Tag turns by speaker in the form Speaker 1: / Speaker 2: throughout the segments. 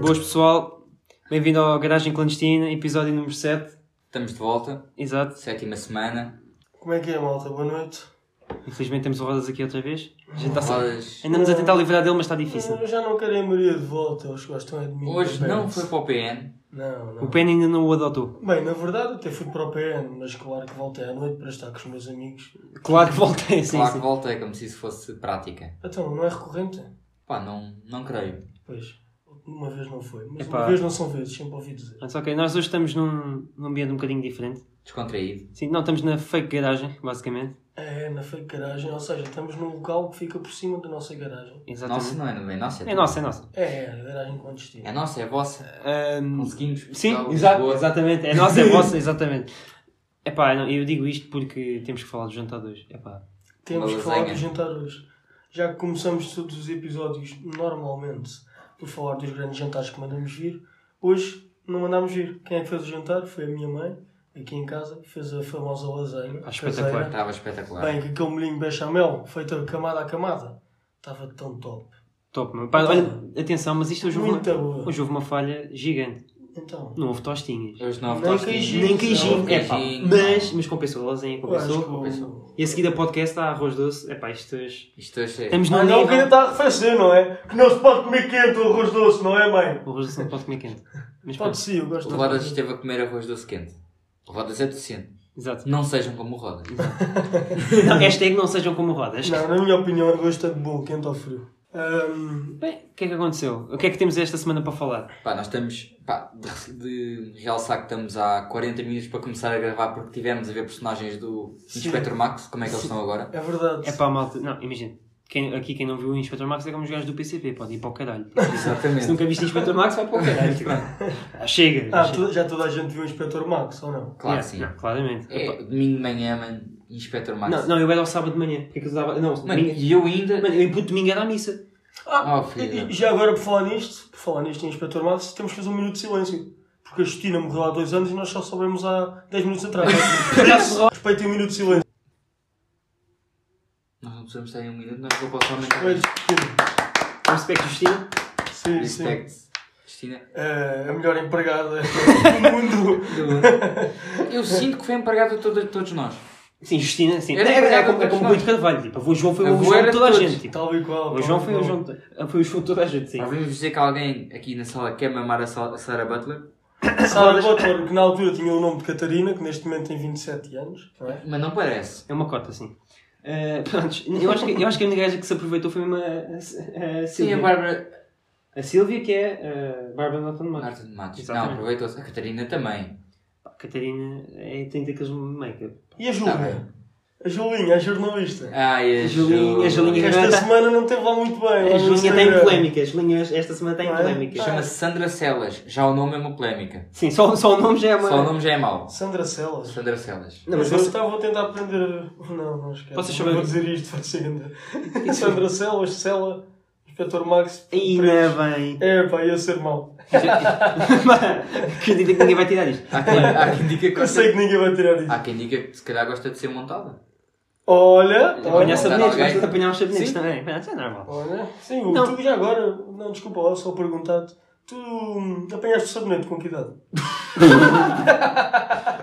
Speaker 1: pessoal, bem-vindo ao Garagem Clandestina, episódio número 7.
Speaker 2: Estamos de volta,
Speaker 1: Exato.
Speaker 2: sétima semana.
Speaker 3: Como é que é, malta? Boa noite.
Speaker 1: Infelizmente temos o Rodas aqui outra vez. A gente está só...
Speaker 2: Rodas.
Speaker 1: Ainda nos a tentar livrar dele, mas está difícil.
Speaker 3: Eu já não quero a Maria de volta, eles gostam é de mim.
Speaker 2: Hoje
Speaker 3: Bem,
Speaker 2: não foi para o PN.
Speaker 3: Não, não.
Speaker 1: O Pen ainda não o adotou.
Speaker 3: Bem, na verdade até fui para o PN, mas claro que voltei à noite para estar com os meus amigos.
Speaker 1: Claro que voltei, sim,
Speaker 2: claro
Speaker 1: sim.
Speaker 2: que voltei, é como se isso fosse prática.
Speaker 3: Então, não é recorrente?
Speaker 2: Pá, não, não creio.
Speaker 3: Pois, uma vez não foi. Mas
Speaker 1: Epá.
Speaker 3: uma vez não são vezes, sempre ouvi dizer.
Speaker 1: Mas ok, nós hoje estamos num, num ambiente um bocadinho diferente.
Speaker 2: Descontraído.
Speaker 1: Sim, não, estamos na fake garagem, basicamente.
Speaker 3: É, na fake garagem, ou seja, estamos num local que fica por cima da nossa garagem.
Speaker 1: Exatamente.
Speaker 2: Nossa, não é, não é nossa.
Speaker 1: É nossa, é nossa.
Speaker 3: É, é, a garagem clandestina.
Speaker 2: É nossa, é vossa.
Speaker 1: Ahm,
Speaker 2: Conseguimos.
Speaker 1: Sim,
Speaker 2: Portugal,
Speaker 1: exato,
Speaker 2: Lisboa.
Speaker 1: exatamente. É nossa, é vossa, exatamente. Epá, não, eu digo isto porque temos que falar do jantar de hoje. Epá,
Speaker 3: Temos
Speaker 2: Uma
Speaker 3: que falar
Speaker 2: lasanha.
Speaker 3: do jantar hoje. Já que começamos todos os episódios normalmente por falar dos grandes jantares que mandamos vir, hoje não mandámos vir. Quem é que fez o jantar? Foi a minha mãe, aqui em casa, fez a famosa lasanha.
Speaker 1: Ah,
Speaker 3: caseira.
Speaker 1: espetacular.
Speaker 2: Estava espetacular.
Speaker 3: Bem, que aquele molhinho bechamel, feito a camada a camada, estava tão top.
Speaker 1: top, meu. Pá, olha,
Speaker 2: Então.
Speaker 1: atenção, mas isto hoje houve,
Speaker 3: Muito
Speaker 1: uma,
Speaker 3: boa.
Speaker 1: hoje houve uma falha gigante.
Speaker 3: Então,
Speaker 1: Não houve tostinhas.
Speaker 2: Hoje não houve
Speaker 3: Nem
Speaker 2: tostinhas.
Speaker 3: queijinho.
Speaker 1: Nem
Speaker 2: Não
Speaker 1: queijinho.
Speaker 2: houve
Speaker 1: É pá,
Speaker 2: queijinho.
Speaker 1: mas, mas compensou, lasanha
Speaker 3: eu acho que
Speaker 1: compensou.
Speaker 3: o...
Speaker 1: E a seguir a podcast há arroz doce. É pá, isto hoje...
Speaker 2: Isto hoje é.
Speaker 1: Estamos num
Speaker 3: Ah, não, que ainda
Speaker 1: nível...
Speaker 3: está a arrefecer, não é? Que não se pode comer quente o arroz doce, não é, mãe?
Speaker 1: O arroz doce não pode comer quente. Mas
Speaker 3: Pode
Speaker 1: pode.
Speaker 3: sim, eu gosto
Speaker 2: O Rodas esteve a comer arroz doce quente. O Rodas é docente.
Speaker 1: Exato.
Speaker 2: Não sejam como o Rodas.
Speaker 1: Não, hashtag não sejam como rodas.
Speaker 3: Não, na minha opinião, o gosto é de bom, quente ou frio. Ahm,
Speaker 1: Bem, o que é que aconteceu? O que é que temos esta semana para falar?
Speaker 2: Pá, nós estamos. Pá, de, de realçar que estamos há 40 minutos para começar a gravar porque tivemos a ver personagens do
Speaker 3: Sim.
Speaker 2: Inspector Max. Como é que eles estão agora?
Speaker 3: É verdade.
Speaker 1: É pá, malta... Não, imagina. Quem, aqui quem não viu o Inspector Max é como os gajos do PCP. Pode ir para o caralho. Se
Speaker 2: Exatamente.
Speaker 1: nunca viste Inspector Max, vai para o caralho. Ah, chega.
Speaker 3: Ah,
Speaker 1: chega.
Speaker 3: tu- já toda a gente viu o Inspetor Max, ou não?
Speaker 2: Claro que
Speaker 1: Yeah,
Speaker 2: sim.
Speaker 1: Não, claramente.
Speaker 2: É,
Speaker 1: Epá,
Speaker 2: domingo de manhã, mano, Inspector Max.
Speaker 1: Não, não, eu era ao sábado de manhã. Porque aquilo dava... Não,
Speaker 2: Mano,
Speaker 1: domingo...
Speaker 2: e eu ainda.
Speaker 1: Mano, eu puto domingo era à missa.
Speaker 3: Ah,
Speaker 2: Oh, filho.
Speaker 1: é.
Speaker 3: e- e já agora, por falar nisto, por falar nisto em Inspetor Max, temos que fazer um minuto de silêncio. Porque a Justina morreu há dois anos e nós só soubemos há 10 minutos atrás. Respeitem um minuto de silêncio.
Speaker 2: Nós não precisamos estar em um minuto, nós vou passar aumentar.
Speaker 3: Pois, Justina.
Speaker 1: Respeito, Um Justina.
Speaker 3: Sim,
Speaker 1: é
Speaker 3: sim.
Speaker 2: Respect. Cristina.
Speaker 3: É, a melhor empregada do mundo.
Speaker 2: Eu sinto que foi empregado de todo- todos nós.
Speaker 1: Sim, Justina, sim.
Speaker 2: Era-
Speaker 1: é,
Speaker 2: era-
Speaker 1: é
Speaker 2: era
Speaker 1: como, é como o
Speaker 2: nós.
Speaker 1: Rui Carvalho. Tipo, o João foi
Speaker 2: A
Speaker 1: o
Speaker 2: voa
Speaker 1: João
Speaker 2: era
Speaker 1: de toda a
Speaker 2: todos.
Speaker 1: gente. tipo.
Speaker 3: Tal e qual.
Speaker 1: O João foi o João, ah, foi o João de toda a gente, sim.
Speaker 2: Nós vimos dizer que alguém aqui na sala quer mamar a Sa- Sarah Butler,
Speaker 3: Sara Butler, que na altura tinha o nome de Catarina, que neste momento tem 27 anos. Não é?
Speaker 2: mas não parece.
Speaker 1: É uma cota, sim. Eh, prontos, eu acho, que, eu acho que a única gaja que se aproveitou foi mesmo a, a- a
Speaker 2: Sim,
Speaker 1: Silvia.
Speaker 2: a Bárbara.
Speaker 1: A Silvia, que é eh, Bárbara Norton Marques.
Speaker 2: Marta de Matos. Não,
Speaker 1: Exatamente.
Speaker 2: aproveitou-se. A Catarina também.
Speaker 1: A Catarina é, tem daqueles make-up.
Speaker 3: E a
Speaker 2: Tá
Speaker 3: Júlia? A Julinha, a jornalista.
Speaker 2: Ai,
Speaker 1: A
Speaker 2: Ah, a
Speaker 1: Julinha, a Julinha.
Speaker 3: Que esta semana não teve lá muito bem. lá
Speaker 1: A
Speaker 3: no
Speaker 1: Julinha tem
Speaker 3: Instagram.
Speaker 1: polémicas. Julinha, esta semana tem
Speaker 3: É, Não é?
Speaker 1: polémicas.
Speaker 3: Ah.
Speaker 2: Chama-se Sandra Celas. Já o nome é uma polémica.
Speaker 1: Sim, só, só o nome já é uma.
Speaker 2: Só o nome já é mau.
Speaker 3: Sandra Celas.
Speaker 2: Sandra Celas.
Speaker 1: Não, mas
Speaker 3: eu
Speaker 1: você-
Speaker 3: estava a tentar aprender. Não, não esquece.
Speaker 1: Vocês
Speaker 3: não
Speaker 1: sabem-
Speaker 3: vou dizer isto, vai ser ainda. Sandra Celas, Cela, Inspector Max. presos.
Speaker 1: Ainda bem.
Speaker 3: É, pá, ia ser mau.
Speaker 1: Acredita que ninguém vai tirar isto.
Speaker 2: Há quem, há quem diga que
Speaker 3: Eu sei
Speaker 2: gosta.
Speaker 3: que ninguém vai tirar isso.
Speaker 2: Há quem diga que se calhar gosta de ser montada.
Speaker 3: Olha,
Speaker 1: Apanhar
Speaker 2: saber-
Speaker 3: olha.
Speaker 1: sabonetes,
Speaker 2: alguém?
Speaker 1: gosta de apanhar uns sabonetes
Speaker 2: Sim.
Speaker 1: também. Mas Isso é normal.
Speaker 3: olha. Sim, o-
Speaker 1: Não.
Speaker 3: tu já agora. Não, desculpa, lá, só perguntar-te. Tu hum, apanhaste o sabonete com que idade?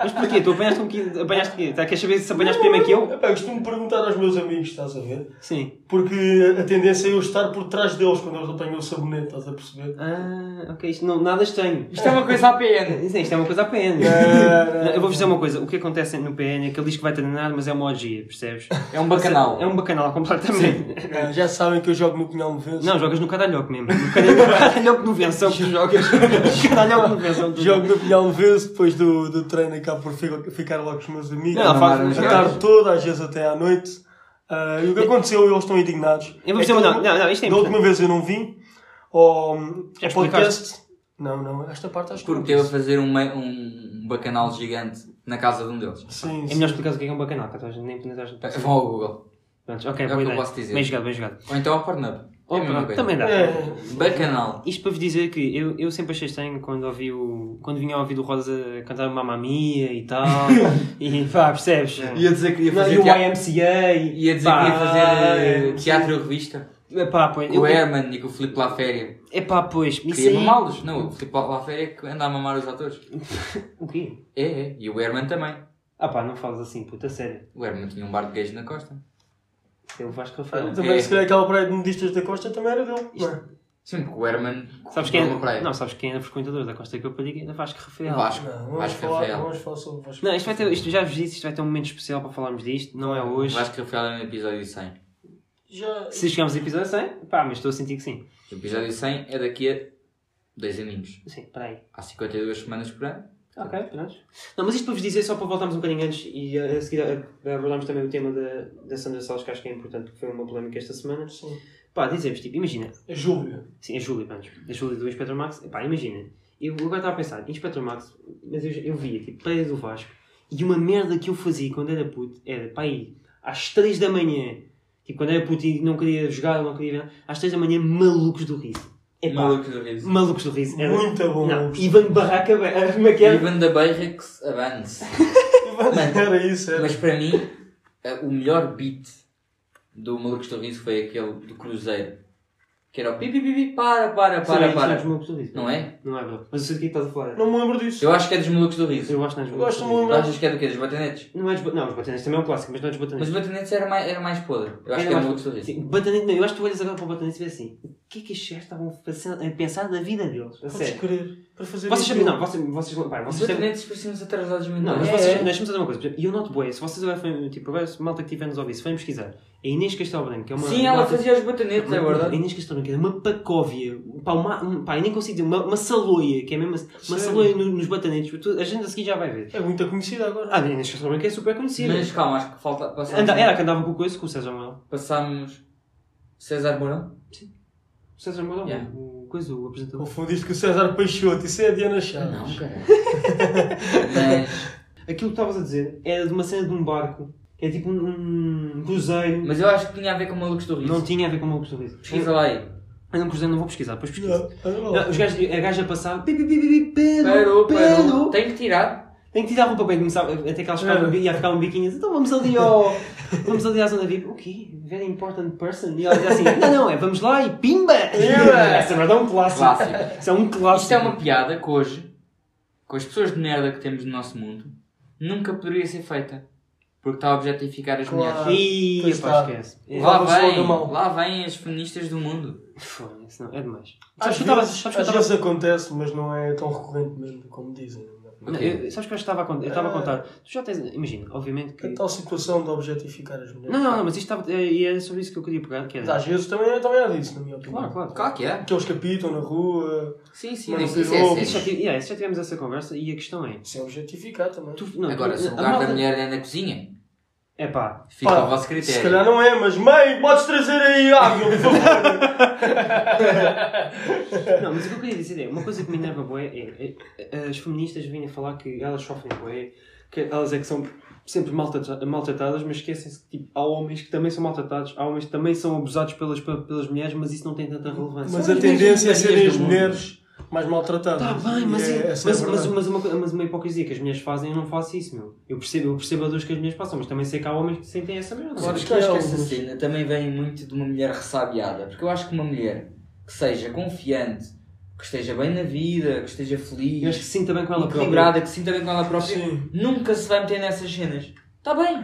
Speaker 1: Mas porquê? Tu apanhaste um quilo. Apanhaste quê? Tá, queres saber se apanhaste primeiro que eu?
Speaker 3: Epá, eu costumo perguntar aos meus amigos, estás a ver?
Speaker 1: Sim.
Speaker 3: Porque a tendência é eu estar por trás deles quando eles apanham o sabonete, estás a perceber?
Speaker 1: Ah, ok. Isto não, nada estranho.
Speaker 2: Isto é uma coisa APN.
Speaker 1: Sim, isto é uma coisa a PN.
Speaker 3: Não, não,
Speaker 1: Eu vou-vos dizer uma coisa. O que acontece no PN é que ele diz que vai treinar, mas é uma orgia, percebes?
Speaker 2: É um bacanal.
Speaker 1: É um bacanal completamente.
Speaker 3: Ah, Já sabem que eu jogo no Pinhal Movense.
Speaker 1: Não, jogas no cadalhoco mesmo. No cadalhoco- no cadalhoco no venção que tu jogas. No cadalhoco no venção que tu
Speaker 3: Jogo no Pinhal Movense, depois do, do treino acabo por fico- ficar lá com os meus amigos.
Speaker 1: Não, faz-
Speaker 3: a tarde toda, às vezes até à noite. Ah, e o que aconteceu, eles estão indignados.
Speaker 1: Eu vou dizer uma-
Speaker 3: que da
Speaker 1: não,
Speaker 3: última-
Speaker 1: não, não, isto é
Speaker 3: Da última vez eu não vim ao,
Speaker 1: Já
Speaker 3: ao podcast. Não, não, esta parte acho que
Speaker 2: Porque
Speaker 3: não
Speaker 2: teve a
Speaker 3: disse.
Speaker 2: fazer um, mei- um bacanal gigante na casa de um deles.
Speaker 3: Sim,
Speaker 1: É
Speaker 3: sim.
Speaker 1: melhor explicar o que é que é um bacanal, para a gente nem nem- nem-
Speaker 2: Vão ao Google.
Speaker 1: Pronto, ok, boa
Speaker 2: É o que eu
Speaker 1: ideia.
Speaker 2: posso dizer.
Speaker 1: Bem jogado, bem jogado.
Speaker 2: Ou então ao Pornhub. É a
Speaker 1: Oh,
Speaker 2: mesma
Speaker 1: pronto,
Speaker 2: coisa.
Speaker 1: também dá.
Speaker 3: É,
Speaker 2: Bacanal.
Speaker 1: Isto para vos dizer que eu, eu sempre achei estranho quando ouvi o. quando vinha a ouvir o Rosa cantar Mamma Mia e tal. e pá,
Speaker 2: É.
Speaker 1: percebes?
Speaker 2: dizer que
Speaker 1: Não, e o YMCA e.
Speaker 2: Ia dizer que ia
Speaker 1: pá,
Speaker 2: fazer eh, teatro ou revista.
Speaker 1: Epá, pois.
Speaker 2: Com o
Speaker 1: Eu,
Speaker 2: Herman e com o Filipe Laféria.
Speaker 1: epá, pois. Isso
Speaker 2: Queria
Speaker 1: aí...
Speaker 2: mamá-los. Não, o Filipe Laféria é que anda a mamar os atores.
Speaker 1: O quê?
Speaker 2: É, é. E o Herman também.
Speaker 1: Ah pá, não falas assim, puta, sério.
Speaker 2: O Herman tinha um bar de gays na costa.
Speaker 1: Eu Vasco Rafael.
Speaker 3: Também,
Speaker 2: É.
Speaker 3: se calhar, aquela praia de nudistas da Costa também era dele. não é?
Speaker 2: Sim, porque o Herman
Speaker 1: Sabes quem,
Speaker 2: comprou uma
Speaker 1: é,
Speaker 2: praia.
Speaker 1: não, sabes quem é frequentador da Costa que eu digo? É Vasco Rafael.
Speaker 2: Vasco.
Speaker 3: Não, vamos,
Speaker 1: é
Speaker 2: Vasco
Speaker 3: falar,
Speaker 2: Rafael.
Speaker 3: vamos falar sobre o Vasco.
Speaker 1: Não, isto vai ter, isto já vos disse, isto vai ter um momento especial para falarmos disto, não é hoje.
Speaker 2: Vasco Rafael é no episódio 100.
Speaker 3: Já...
Speaker 1: Se chegamos ao episódio 100, pá, mas estou a sentir que sim.
Speaker 2: O episódio 100 é daqui a 10 aninhos.
Speaker 1: Sim, peraí.
Speaker 2: Há 52 semanas por ano.
Speaker 1: Ok, pronto. Não, mas isto para vos dizer, só para voltarmos um bocadinho antes e a, a seguir a- a abordarmos também o tema da, da Sandra Salles, que acho que é importante, porque foi uma polémica esta semana.
Speaker 3: Sim. É
Speaker 1: Pá, dizemos, tipo, imagina,
Speaker 3: A Júlia.
Speaker 1: Sim, a Júlia, pronto. A Júlia do Inspector Max. Pá, imagina. Eu agora estava a pensar, Inspector Max, mas eu, eu via, tipo, Praia do Vasco. E uma merda que eu fazia quando era puto era, pá, aí, às 3 da manhã. Tipo, quando era puto e não queria jogar, não queria ver. Às 3 da manhã, malucos do riso. É pá,
Speaker 2: Maluco do riso.
Speaker 1: malucos do riso. Era...
Speaker 3: Muito bom.
Speaker 1: Não, Ivan Barraca, eh, como é que era?
Speaker 2: Ivan da Bayrex Avance.
Speaker 3: Era isso, era.
Speaker 2: Mas para mim, eh, o melhor beat do Malucos do Riso foi aquele do Cruzeiro. Que era o pi pi pi pi, para, para, para,
Speaker 1: Sim, são os
Speaker 2: para.
Speaker 1: malucos do riso.
Speaker 2: Não é?
Speaker 1: Não é, bro. Mas eu sei do que estás a falar.
Speaker 3: Não me lembro disso.
Speaker 2: Eu acho que é dos Malucos do Riso.
Speaker 1: Eu gosto não é dos
Speaker 3: Eu
Speaker 1: malucos
Speaker 3: gosto
Speaker 1: do riso.
Speaker 2: Tu achas que é do quê? Dos batanetes?
Speaker 1: Não, é dos ba- não, os batanetes também é um clássico, mas não é dos batanetes.
Speaker 2: Mas os batanetes era mais, era mais podre. Eu acho
Speaker 1: Era
Speaker 2: que é
Speaker 1: mais-
Speaker 2: Malucos do Riso.
Speaker 1: Sim, Batanete, não, eu acho que tu olhas agora para o Batanete e vês assim: o que é que estes gajos estavam a pensar- a pensar da vida deles? A
Speaker 3: Podes
Speaker 1: sério.
Speaker 3: querer. Para fazer
Speaker 1: Vocês
Speaker 3: isso.
Speaker 1: sabem, não, vocês, vocês, pá,
Speaker 2: Os
Speaker 1: vocês sabem.
Speaker 2: batanetes pareciam uns atrasados
Speaker 1: Não,
Speaker 2: mentais.
Speaker 1: mas
Speaker 2: É,
Speaker 1: vocês,
Speaker 2: é.
Speaker 1: nós estamos a dizer uma coisa, por exemplo, e eu noto bué, se vocês agora, forem, tipo, agora, se malta que tiver nos ouvir, se forem pesquisar, a Inês Castelo Branco, que é uma.
Speaker 2: Sim, ela
Speaker 1: malta-
Speaker 2: fazia os batanetes, é
Speaker 1: A
Speaker 2: verdade.
Speaker 1: Inês Castelo Branco era uma pacóvia, pá, uma, um- pá, eu nem consigo dizer, uma, uma saloia, que é mesmo assim, uma
Speaker 3: Sério?
Speaker 1: saloia no- nos batanetes, tu- a gente a seguir já vai ver.
Speaker 3: É muito conhecida agora.
Speaker 1: Ah, a Inês Castelo Branco é super conhecida.
Speaker 2: Mas calma, acho que falta. Passámos,
Speaker 1: Anda- era que andava com o coisa, com o César Mourão.
Speaker 2: passámos César Mourão.
Speaker 1: O César é Mourão,
Speaker 2: Yeah.
Speaker 1: o, o um coisa, o apresentador.
Speaker 3: Confundiste com o César Peixoto. Isso é a Diana Chaves.
Speaker 2: Não, cara. Mas.
Speaker 1: Aquilo que estavas a dizer era de uma cena de um barco, que é tipo um, um cruzeiro.
Speaker 2: Mas eu acho que tinha a ver com malucos do riso.
Speaker 1: Não tinha a ver com o meu cruzeiro.
Speaker 2: Pesquisa lá aí.
Speaker 1: Era um cruzeiro, não vou pesquisar, depois pesquiso.
Speaker 3: Não, não.
Speaker 1: Não, os gajos, a gaja passava. Pi, pi, pi, pi, pi, Pedro,
Speaker 2: Parou, parou.
Speaker 1: Pedro.
Speaker 2: Tem que tirar.
Speaker 1: Tem que tirar a roupa bem, começava, até que elas
Speaker 3: Não.
Speaker 1: ficavam, ia ficar um biquinho então vamos ali ao. vamos ali à zona VIP. O quê? Very important person. E ela dizia assim: não, não, é vamos lá e pimba! Essa merda é um clássico.
Speaker 2: Clássico.
Speaker 1: Isso é um clássico.
Speaker 2: Isto é uma piada que hoje, com as pessoas de merda que temos no nosso mundo, nunca poderia ser feita. Porque está a objetificar as
Speaker 3: Claro.
Speaker 2: mulheres.
Speaker 1: Ih,
Speaker 3: Pois
Speaker 1: pá,
Speaker 3: está.
Speaker 1: esquece. É,
Speaker 2: Lá
Speaker 3: Lava-se logo a
Speaker 2: vêm,
Speaker 3: mão.
Speaker 2: lá vêm as feministas do mundo.
Speaker 1: Foda-se, não, é demais.
Speaker 3: Às
Speaker 1: Sabes que eu
Speaker 3: vezes,
Speaker 1: estava- sabes que eu
Speaker 3: às
Speaker 1: estava
Speaker 3: vezes acontece, mas não é tão recorrentemente como dizem.
Speaker 1: Não, eu, sabes que eu estava a contar? Eu estava a contar. Tu já tens. Imagina, obviamente que.
Speaker 3: A tal situação de objetificar as mulheres.
Speaker 1: Não, não, não, mas isto estava. E era sobre isso que eu queria pegar, que
Speaker 3: Mas
Speaker 1: era.
Speaker 3: às vezes também, também há disso, na minha opinião.
Speaker 1: Claro, claro.
Speaker 2: Claro que é.
Speaker 3: Aqueles que apitam na rua,
Speaker 2: Sim, sim.
Speaker 3: Mas
Speaker 2: Isso
Speaker 3: não sei,
Speaker 2: é
Speaker 1: Isso já,
Speaker 2: sério.
Speaker 1: tive- yeah, isso já tivemos essa conversa e a questão é.
Speaker 3: isso é objetificar também.
Speaker 1: Tu, não,
Speaker 2: Agora,
Speaker 1: tu,
Speaker 2: se o
Speaker 1: a
Speaker 2: lugar da
Speaker 1: malta-
Speaker 2: mulher é na cozinha,
Speaker 1: É pá.
Speaker 2: fica
Speaker 3: Pá,
Speaker 2: ao vosso
Speaker 3: Se
Speaker 2: critério.
Speaker 3: calhar não é, mas mãe, podes trazer aí água, por favor.
Speaker 1: Não, mas o que eu queria dizer é. Uma coisa que me enerva boé é, é, é, As feministas vêm a falar que elas sofrem boé, que elas é que são sempre maltrata- maltratadas, mas esquecem-se que tipo, há homens que também são maltratados, há homens que também são abusados pelas, pelas mulheres, mas isso não tem tanta relevância.
Speaker 3: mas
Speaker 2: São
Speaker 3: a
Speaker 2: as
Speaker 3: tendência é
Speaker 2: mesmas
Speaker 3: serem
Speaker 2: manias
Speaker 3: as
Speaker 2: do mundo.
Speaker 3: mulheres mais maltratadas.
Speaker 1: Tá bem, mas,
Speaker 3: E
Speaker 1: é-
Speaker 3: é-
Speaker 1: mas,
Speaker 3: essa é a
Speaker 1: mas-
Speaker 3: verdade.
Speaker 1: mas uma, co- mas uma hipocrisia que as mulheres fazem, eu não faço isso, meu. Eu percebo, eu percebo a dor que as mulheres passam, mas também sei que há homens que sentem essa merda.
Speaker 2: Sabes
Speaker 3: Sim,
Speaker 2: que eu acho que
Speaker 3: é
Speaker 2: essa
Speaker 3: alguns.
Speaker 2: cena também vem muito de uma mulher ressabiada. Porque eu acho que uma mulher que seja confiante, que esteja bem na vida, que esteja feliz,
Speaker 1: Eu acho que sim também com ela própria.
Speaker 2: equilibrada, que se sinta bem com ela própria,
Speaker 3: Sim.
Speaker 2: nunca se vai meter nessas cenas. Está bem.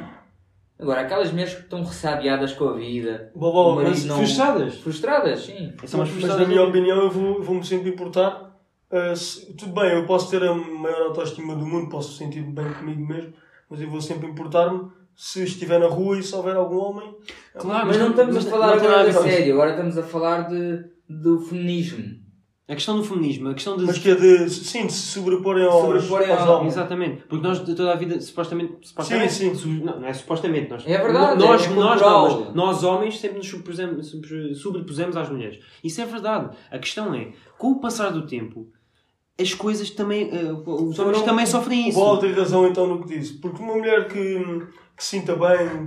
Speaker 2: Agora, aquelas mulheres que estão ressabiadas com a vida,
Speaker 3: Bobó,
Speaker 2: Mas
Speaker 3: mas
Speaker 2: não-
Speaker 1: Frustradas.
Speaker 2: frustradas, sim.
Speaker 1: São as
Speaker 3: Mas,
Speaker 1: frustradas
Speaker 3: na minha
Speaker 1: é do-
Speaker 3: opinião, eu vou- vou-me sempre importar. uh, se- tudo bem, eu posso ter a maior autoestima do mundo, posso sentir-me bem comigo mesmo, mas eu vou sempre importar-me se estiver na rua e se houver algum homem.
Speaker 1: Claro,
Speaker 2: Mas não estamos a falar
Speaker 1: Ah, não tem nada
Speaker 2: agora
Speaker 1: a
Speaker 2: da
Speaker 1: ver com isso.
Speaker 2: sério, agora estamos a falar de, do feminismo.
Speaker 1: A questão do feminismo, a questão de.
Speaker 3: Mas que é de. Sim, de se sobreporem aos,
Speaker 2: Sobreporem
Speaker 3: aos
Speaker 2: ao-
Speaker 3: homens.
Speaker 1: Exatamente, porque nós de toda a vida, supostamente. supostamente
Speaker 3: sim.
Speaker 1: su- Não, não é supostamente, nós.
Speaker 2: É verdade,
Speaker 1: nós,
Speaker 2: é
Speaker 1: nós,
Speaker 2: cultural.
Speaker 1: não, mas nós homens sempre nos sobrepusemos, sempre- sobrepusemos às mulheres. Isso é verdade. A questão é, com o passar do tempo, as coisas também. eh, os homens
Speaker 3: Não-
Speaker 1: também sofrem isso.
Speaker 3: Volta e razão então no que disse. Porque uma mulher que, que se sinta bem,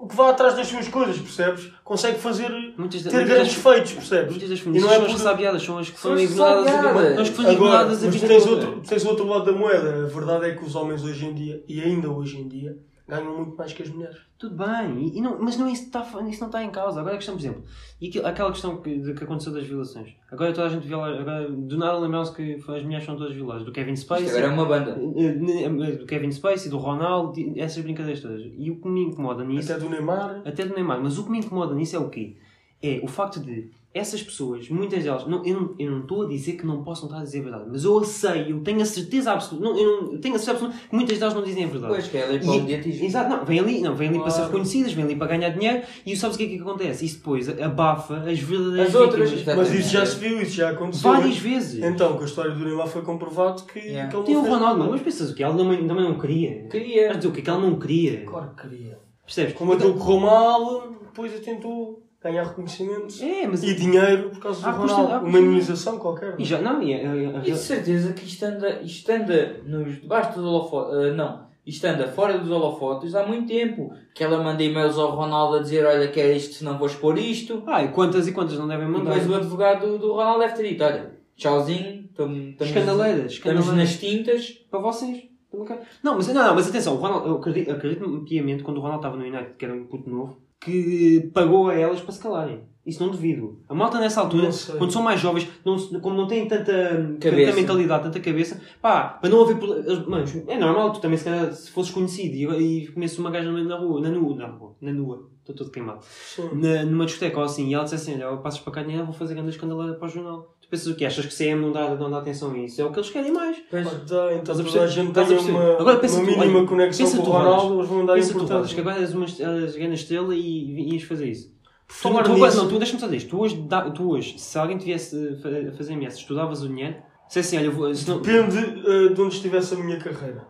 Speaker 3: que, que vá atrás das suas coisas, percebes? Consegue fazer.
Speaker 1: Muitas,
Speaker 3: ter
Speaker 1: muitas
Speaker 3: grandes
Speaker 1: das,
Speaker 3: feitos, percebes?
Speaker 1: muitas das
Speaker 3: E
Speaker 1: feministas
Speaker 3: não é
Speaker 1: são as
Speaker 3: por-
Speaker 1: ressabiadas, são as que
Speaker 2: São
Speaker 1: foram
Speaker 2: as
Speaker 1: ignoradas a vida,
Speaker 2: ressabiadas.
Speaker 1: são as que foram
Speaker 3: Agora,
Speaker 1: ignoradas
Speaker 3: mas
Speaker 1: a vida
Speaker 3: tens
Speaker 1: toda.
Speaker 3: outro, tens outro lado da moeda. A verdade é que os homens hoje em dia, e ainda hoje em dia, ganham muito mais que as mulheres.
Speaker 1: Tudo bem, e- e não- mas não, é isso, está, isso não está em causa. Agora é a questão, por exemplo, e aquilo- aquela questão que, de- que aconteceu das violações. Agora toda a gente viola, agora do nada lembraram-se que foi- as mulheres são todas violadas. Do Kevin
Speaker 2: Isto
Speaker 1: Spacey,
Speaker 2: agora é uma banda.
Speaker 1: eh, eh, do Kevin Spacey, do Ronaldo, e essas brincadeiras todas. E o que me incomoda nisso,
Speaker 3: Até do Neymar.
Speaker 1: até, do Neymar, mas o que me incomoda nisso é o quê? É o facto de essas pessoas, muitas delas, não, eu, não, eu não estou a dizer que não possam estar a dizer a verdade, mas eu sei, eu tenho a certeza absoluta, não, eu, não, eu tenho a certeza absoluta que muitas delas não dizem a verdade.
Speaker 2: Pois, que é a lei para o
Speaker 1: E,
Speaker 2: mediatismo.
Speaker 1: exato, não, vem ali, não, vem ali para ser
Speaker 3: Claro.
Speaker 1: reconhecidas, vem ali para ganhar dinheiro e sabes o que é que acontece? Isso depois abafa as verdadeiras
Speaker 2: As outras,
Speaker 1: vítimas.
Speaker 2: exato.
Speaker 3: Mas isso já se viu, isso já aconteceu.
Speaker 1: várias vezes.
Speaker 3: Então, com a história do Neymar foi comprovado que,
Speaker 2: Yeah.
Speaker 3: que ele
Speaker 1: Tem o
Speaker 3: fez
Speaker 1: Ronaldo,
Speaker 3: nada.
Speaker 1: mas pensas o que? Ela também, também não queria. Mas
Speaker 2: Queria.
Speaker 1: dizer o que é que ela não queria?
Speaker 3: Claro que queria.
Speaker 1: Percebes?
Speaker 3: Como aquilo correu mal, depois ele tentou ganhar reconhecimento
Speaker 1: É, mas.
Speaker 3: e dinheiro por causa do
Speaker 1: Ah, custa-
Speaker 3: Ronaldo.
Speaker 1: ah,
Speaker 3: uma
Speaker 1: custa-
Speaker 3: imunização qualquer. não é?
Speaker 1: E já, não, e a- a- a-
Speaker 2: E de certeza que isto anda, isto anda nos, debaixo dos holofotes, ah, não, isto anda fora dos holofotes há muito tempo. Que ela manda e-mails ao Ronaldo a dizer, olha, quer isto, senão vou expor isto.
Speaker 1: Ah, e quantas e quantas não devem
Speaker 2: E
Speaker 1: mandar?
Speaker 2: depois o advogado do, do Ronaldo deve ter dito, olha, tchauzinho, tamo- tamo-
Speaker 1: Escandaleiras,
Speaker 2: estamos
Speaker 1: escandaleiras.
Speaker 2: nas tintas.
Speaker 1: Para vocês. Também quero. Não, mas, não, não, mas atenção, o Ronaldo, eu acredito, acredito piamente quando o Ronaldo estava no United, que era um puto novo, que pagou a elas para se calarem. Isso não duvido. A malta nessa altura,
Speaker 3: Não sei.
Speaker 1: quando são mais jovens, não, se- como não têm tanta, tanta
Speaker 2: Cabeça.
Speaker 1: mentalidade, tanta cabeça, pá, para não haver. pro- eles- Mano, é normal, tu também se calhar se fosses conhecido e, e comesse uma gaja na rua, na nua, na rua, na nua, estou todo queimado,
Speaker 3: Sim.
Speaker 1: na- numa discoteca ou assim, e ela disse assim: olha, eu passas para cá dinheiro, vou fazer grande escandaleira para o jornal. Tu pensas o quê? Achas que CM não dá, não dá atenção a isso? É o que eles querem mais.
Speaker 2: Pois,
Speaker 3: Mas dá, então
Speaker 1: Estás a
Speaker 3: toda a
Speaker 1: perceber?
Speaker 3: gente
Speaker 1: Estás a
Speaker 3: tem
Speaker 1: perceber?
Speaker 3: uma,
Speaker 1: Agora pensa
Speaker 3: uma
Speaker 1: tu, olha,
Speaker 3: mínima conexão
Speaker 1: pensa
Speaker 3: com o
Speaker 1: tu, Ronaldo.
Speaker 3: Ronaldo, eles vão dar
Speaker 1: Pensa tu, Vasco, que
Speaker 3: importância.
Speaker 1: é agora és uma est- és grande estrela e vi- ias fazer isso. Tu,
Speaker 3: falar
Speaker 1: tu,
Speaker 3: nisso-
Speaker 1: não, tu deixa-me só dizer isto. Tu hoje, da- tu hoje, se alguém te viesse eh, fa- fazer ameaças, tu davas o dinheiro? Se é assim, olha, eu vou- se, não,
Speaker 3: Depende eh, de onde estivesse a minha carreira.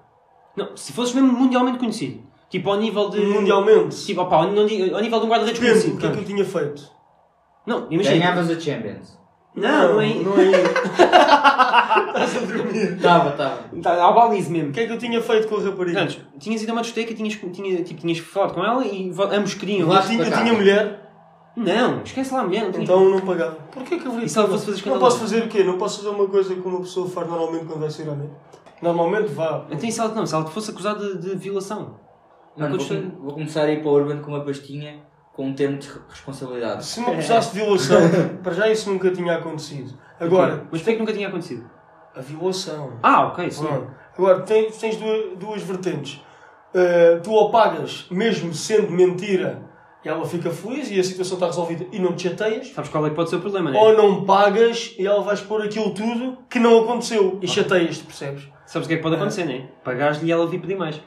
Speaker 1: não, se fosses mesmo mundialmente conhecido, tipo ao nível de.
Speaker 3: Mundialmente.
Speaker 1: Tipo, opá, não digo- ao nível de um guarda-redes
Speaker 3: Depende
Speaker 1: conhecido.
Speaker 3: do que é que eu
Speaker 1: pronto.
Speaker 3: tinha feito.
Speaker 1: Não, imagina.
Speaker 2: ganhavas a Champions.
Speaker 1: Não, não é isso.
Speaker 3: Não é isso. Estás a dormir.
Speaker 2: Tava, tava.
Speaker 1: Tá, Ao balize mesmo.
Speaker 3: O que é que eu tinha feito com a rapariga?
Speaker 1: Antes, tinhas ido a uma discoteca e tinhas, tinha, tipo, tinhas falado com ela e vo- ambos queriam.
Speaker 2: Lá-
Speaker 3: eu tinha, eu
Speaker 2: para cá.
Speaker 3: tinha mulher,
Speaker 1: Não, esquece lá a mulher, não tinha.
Speaker 3: então não pagava. Porquê que eu
Speaker 1: E se ela fosse fazer
Speaker 3: Não
Speaker 1: escândalo?
Speaker 3: posso fazer o quê? Não posso fazer uma coisa que uma pessoa faz normalmente quando vai sair à noite? Normalmente vá.
Speaker 1: Então, e se ela, não, se ela te fosse acusada de, de violação?
Speaker 2: Mano, vou,
Speaker 1: Aconteceu-
Speaker 2: com- vou começar a ir para o Urban com uma pastinha com um termo de re- responsabilidade.
Speaker 3: Se me acusasse de violação, para já isso nunca tinha acontecido. Agora,
Speaker 1: Mas porquê é que nunca tinha acontecido?
Speaker 3: a violação.
Speaker 1: Ah, ok, sim.
Speaker 3: Pronto. Agora, tens, tens duas, duas vertentes. Eh, tu ou pagas, mesmo sendo mentira, e ela fica feliz e a situação está resolvida e não te chateias.
Speaker 1: Sabes qual é que pode ser o problema, né?
Speaker 3: Ou não pagas e ela vai expor aquilo tudo que não aconteceu e chateias-te, percebes?
Speaker 1: Sabes o que é que pode acontecer, né? Pagares-lhe e ela vir pedir mais.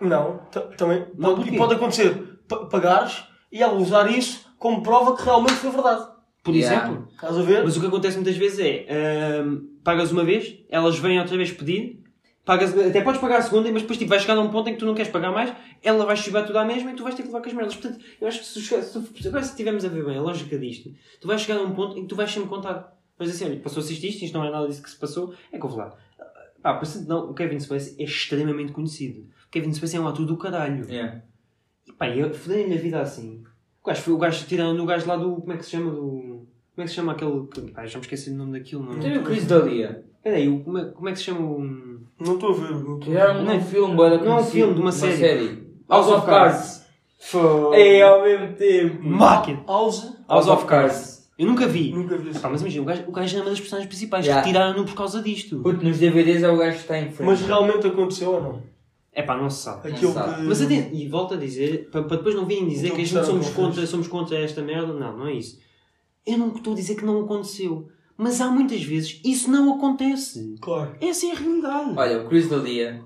Speaker 3: Não, ta- também
Speaker 1: Não,
Speaker 3: pode,
Speaker 1: porquê?
Speaker 3: e pode acontecer pa- pagares e ela usar isso como prova que realmente foi verdade.
Speaker 1: Por
Speaker 2: Yeah.
Speaker 1: exemplo.
Speaker 3: Estás a ver?
Speaker 1: Mas o que acontece muitas vezes é. ahm, pagas uma vez, elas vêm outra vez pedir. Pagas, até podes pagar a segunda, mas depois tipo, vai chegar a um ponto em que tu não queres pagar mais, ela vai chegar tudo à mesma e tu vais ter que levar com as merdas. Portanto, eu acho que se, se, se, agora se estivermos a ver bem a lógica disto, tu vais chegar a um ponto em que tu vais sempre contar. Mas assim, olha, passou-se isto, isto, isto não é nada disso que se passou, é que eu vou lá. Ah, Pá, parece não, o Kevin Spacey é extremamente conhecido. O Kevin Spacey é um ator do caralho.
Speaker 2: Yeah.
Speaker 1: E pá, eu foderem-lhe a vida assim. O gajo, foi- o gajo tirando o gajo lá do. Como é que se chama? Do. Como é que se chama aquele. que- Pá, já me esqueci do nome daquilo, não.
Speaker 2: Tem o Tipo Chris Dalia.
Speaker 1: Espera aí, o- como é, como é que se chama o.
Speaker 3: Não estou a ver. Não
Speaker 2: Que
Speaker 3: estou a
Speaker 2: era
Speaker 3: ver.
Speaker 2: um,
Speaker 1: Não.
Speaker 2: um filme, bué da
Speaker 1: Não é um
Speaker 2: conhecido,
Speaker 1: filme, de uma série.
Speaker 2: House of Cards.
Speaker 1: Foi.
Speaker 2: É ao mesmo tempo.
Speaker 1: Máquina!
Speaker 3: House?
Speaker 1: House of Cards. Eu nunca vi.
Speaker 3: Nunca vi assim. isso.
Speaker 1: Pá, mas imagina, o gajo, o gajo é uma das personagens principais
Speaker 2: Yeah.
Speaker 1: que tiraram-no por causa disto.
Speaker 2: Puto, nos DVDs é o gajo que está em frente.
Speaker 3: Mas realmente aconteceu ou não?
Speaker 1: É pá, não se sabe.
Speaker 3: Aquilo
Speaker 2: sabe.
Speaker 3: que.
Speaker 1: Mas até, e volto a dizer, para, para depois não virem dizer
Speaker 3: Então,
Speaker 1: que a gente somos
Speaker 3: disseram que não
Speaker 1: contra, somos contra esta merda, não, não é isso. Eu não estou a dizer que não aconteceu. Mas há muitas vezes isso não acontece.
Speaker 3: Claro.
Speaker 1: Essa é a realidade.
Speaker 2: Olha, o Chris Dalia,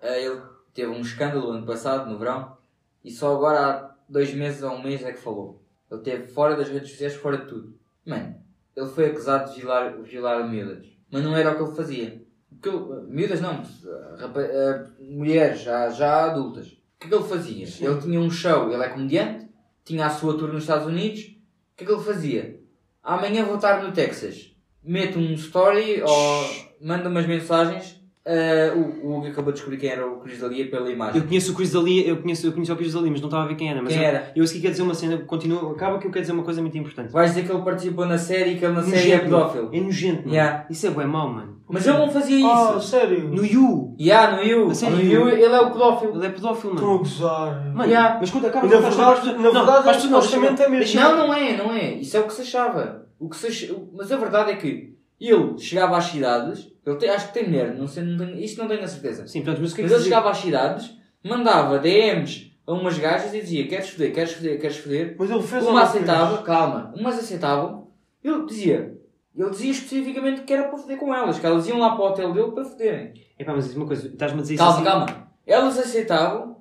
Speaker 2: eh, ele teve um escândalo ano passado, no verão, e só agora há dois meses ou um mês é que falou. Ele esteve fora das redes sociais, fora de tudo. Mano, ele foi acusado de violar, violar miúdas. Mas não era o que ele fazia. O que ele- miúdas não, eh, rapa- eh, mulheres já, já adultas. O que é que ele fazia?
Speaker 3: Sim.
Speaker 2: Ele tinha um show, ele é comediante, tinha a sua tour nos Estados Unidos. O que é que ele fazia? Amanhã vou estar no Texas. Mete um story ou manda umas mensagens Ah, o, o Hugo acabou de descobrir quem era o Cris Dalia pela imagem.
Speaker 1: Eu conheço o Chris Dalia, eu conheço, eu conheço o Chris Dalia, mas não estava a ver quem era. Mas
Speaker 2: Quem
Speaker 1: eu,
Speaker 2: era?
Speaker 1: eu a seguir quero dizer uma cena, continua, acaba que eu quero dizer uma coisa muito importante.
Speaker 2: Vais dizer que ele participou na série e que ele na série é pedófilo.
Speaker 1: É nojento, mano.
Speaker 2: Yeah.
Speaker 1: Isso é bué mau, mano.
Speaker 2: Mas ele não fazia
Speaker 1: Oh,
Speaker 3: Ah,
Speaker 2: isso.
Speaker 3: sério?
Speaker 1: No You,
Speaker 2: Yeah, no You.
Speaker 1: A série
Speaker 2: No
Speaker 1: do
Speaker 2: You
Speaker 1: You.
Speaker 2: ele é o pedófilo.
Speaker 1: ele é pedófilo,
Speaker 3: Estão a
Speaker 1: mano.
Speaker 3: gozar.
Speaker 1: Mano,
Speaker 2: Então, Yeah.
Speaker 1: mas quando acaba...
Speaker 3: Na
Speaker 1: faz-
Speaker 3: verdade-
Speaker 1: faz-
Speaker 3: na verdade,
Speaker 1: faz- não,
Speaker 3: supostamente é mesmo.
Speaker 1: deixa-me-
Speaker 2: Não, não é, não é. Isso é o que se achava. O que se ach- o- Mas a verdade é que ele chegava às cidades, ele tem- acho que tem mulher, não sei, não tenho- isto não tenho a certeza.
Speaker 1: Sim, portanto, mas o que é
Speaker 2: Mas
Speaker 1: que
Speaker 2: ele
Speaker 1: se diz?
Speaker 2: chegava às cidades, mandava DMs a umas gajas e dizia queres foder, queres foder, queres foder.
Speaker 3: Mas ele fez ou
Speaker 2: Uma
Speaker 3: não fez?
Speaker 2: aceitava, calma, umas aceitavam, ele dizia, ele dizia especificamente que era para foder com elas, que elas iam lá para o hotel dele para foderem.
Speaker 1: Epá, mas diz uma coisa, estás-me a dizer isso
Speaker 2: Calma,
Speaker 1: assim-
Speaker 2: calma. Elas aceitavam,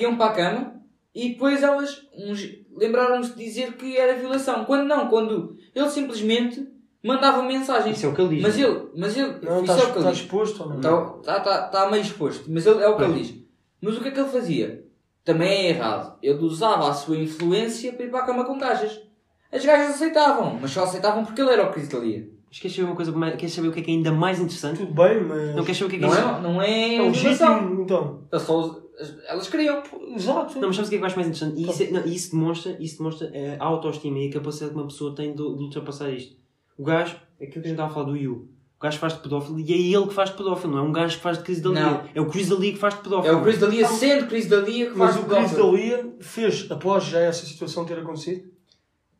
Speaker 2: iam para a cama e depois elas uns- lembraram-se de dizer que era violação. Quando não, quando ele simplesmente mandava mensagens.
Speaker 1: Isso é o que ele diz.
Speaker 2: Mas
Speaker 1: mano.
Speaker 2: ele, mas ele,
Speaker 3: Não,
Speaker 2: isso
Speaker 3: estás
Speaker 2: é o que ele
Speaker 3: estás
Speaker 2: diz.
Speaker 3: exposto ou não?
Speaker 2: Está tá, tá meio exposto, mas ele, é o que ele diz. Mas o que é que ele fazia? Também é errado. Ele usava a sua influência para ir para a cama com gajas. As gajas aceitavam, mas só aceitavam porque ele era o Chris D'Elia.
Speaker 1: Mas queres saber uma coisa, mais- queres saber o que é que é ainda mais interessante?
Speaker 3: Tá Tudo bem, mas.
Speaker 1: Não queres saber o que é que é
Speaker 2: Não
Speaker 1: isso?
Speaker 2: é, não é,
Speaker 3: É
Speaker 2: violação.
Speaker 3: legítimo, então.
Speaker 2: Ele só usa- Elas queriam.
Speaker 3: Exato.
Speaker 1: Não, mas sabes o que é que eu acho mais interessante? E isso, é- não, e isso demonstra, isso demonstra eh, a autoestima e a capacidade que uma pessoa tem de, de ultrapassar isto. O gajo, aquilo que a gente estava a falar do Yu, o gajo faz de pedófilo e é ele que faz de pedófilo, não é um gajo que faz de crise de
Speaker 2: Não.
Speaker 1: alia. É o Chris Dalia que faz de
Speaker 2: É
Speaker 1: pedófilo.
Speaker 2: o Chris D'Elia sendo Chris D'Elia que
Speaker 3: Mas
Speaker 2: faz
Speaker 3: o
Speaker 2: pedófilo.
Speaker 3: Chris D'Elia fez, após já essa situação ter acontecido,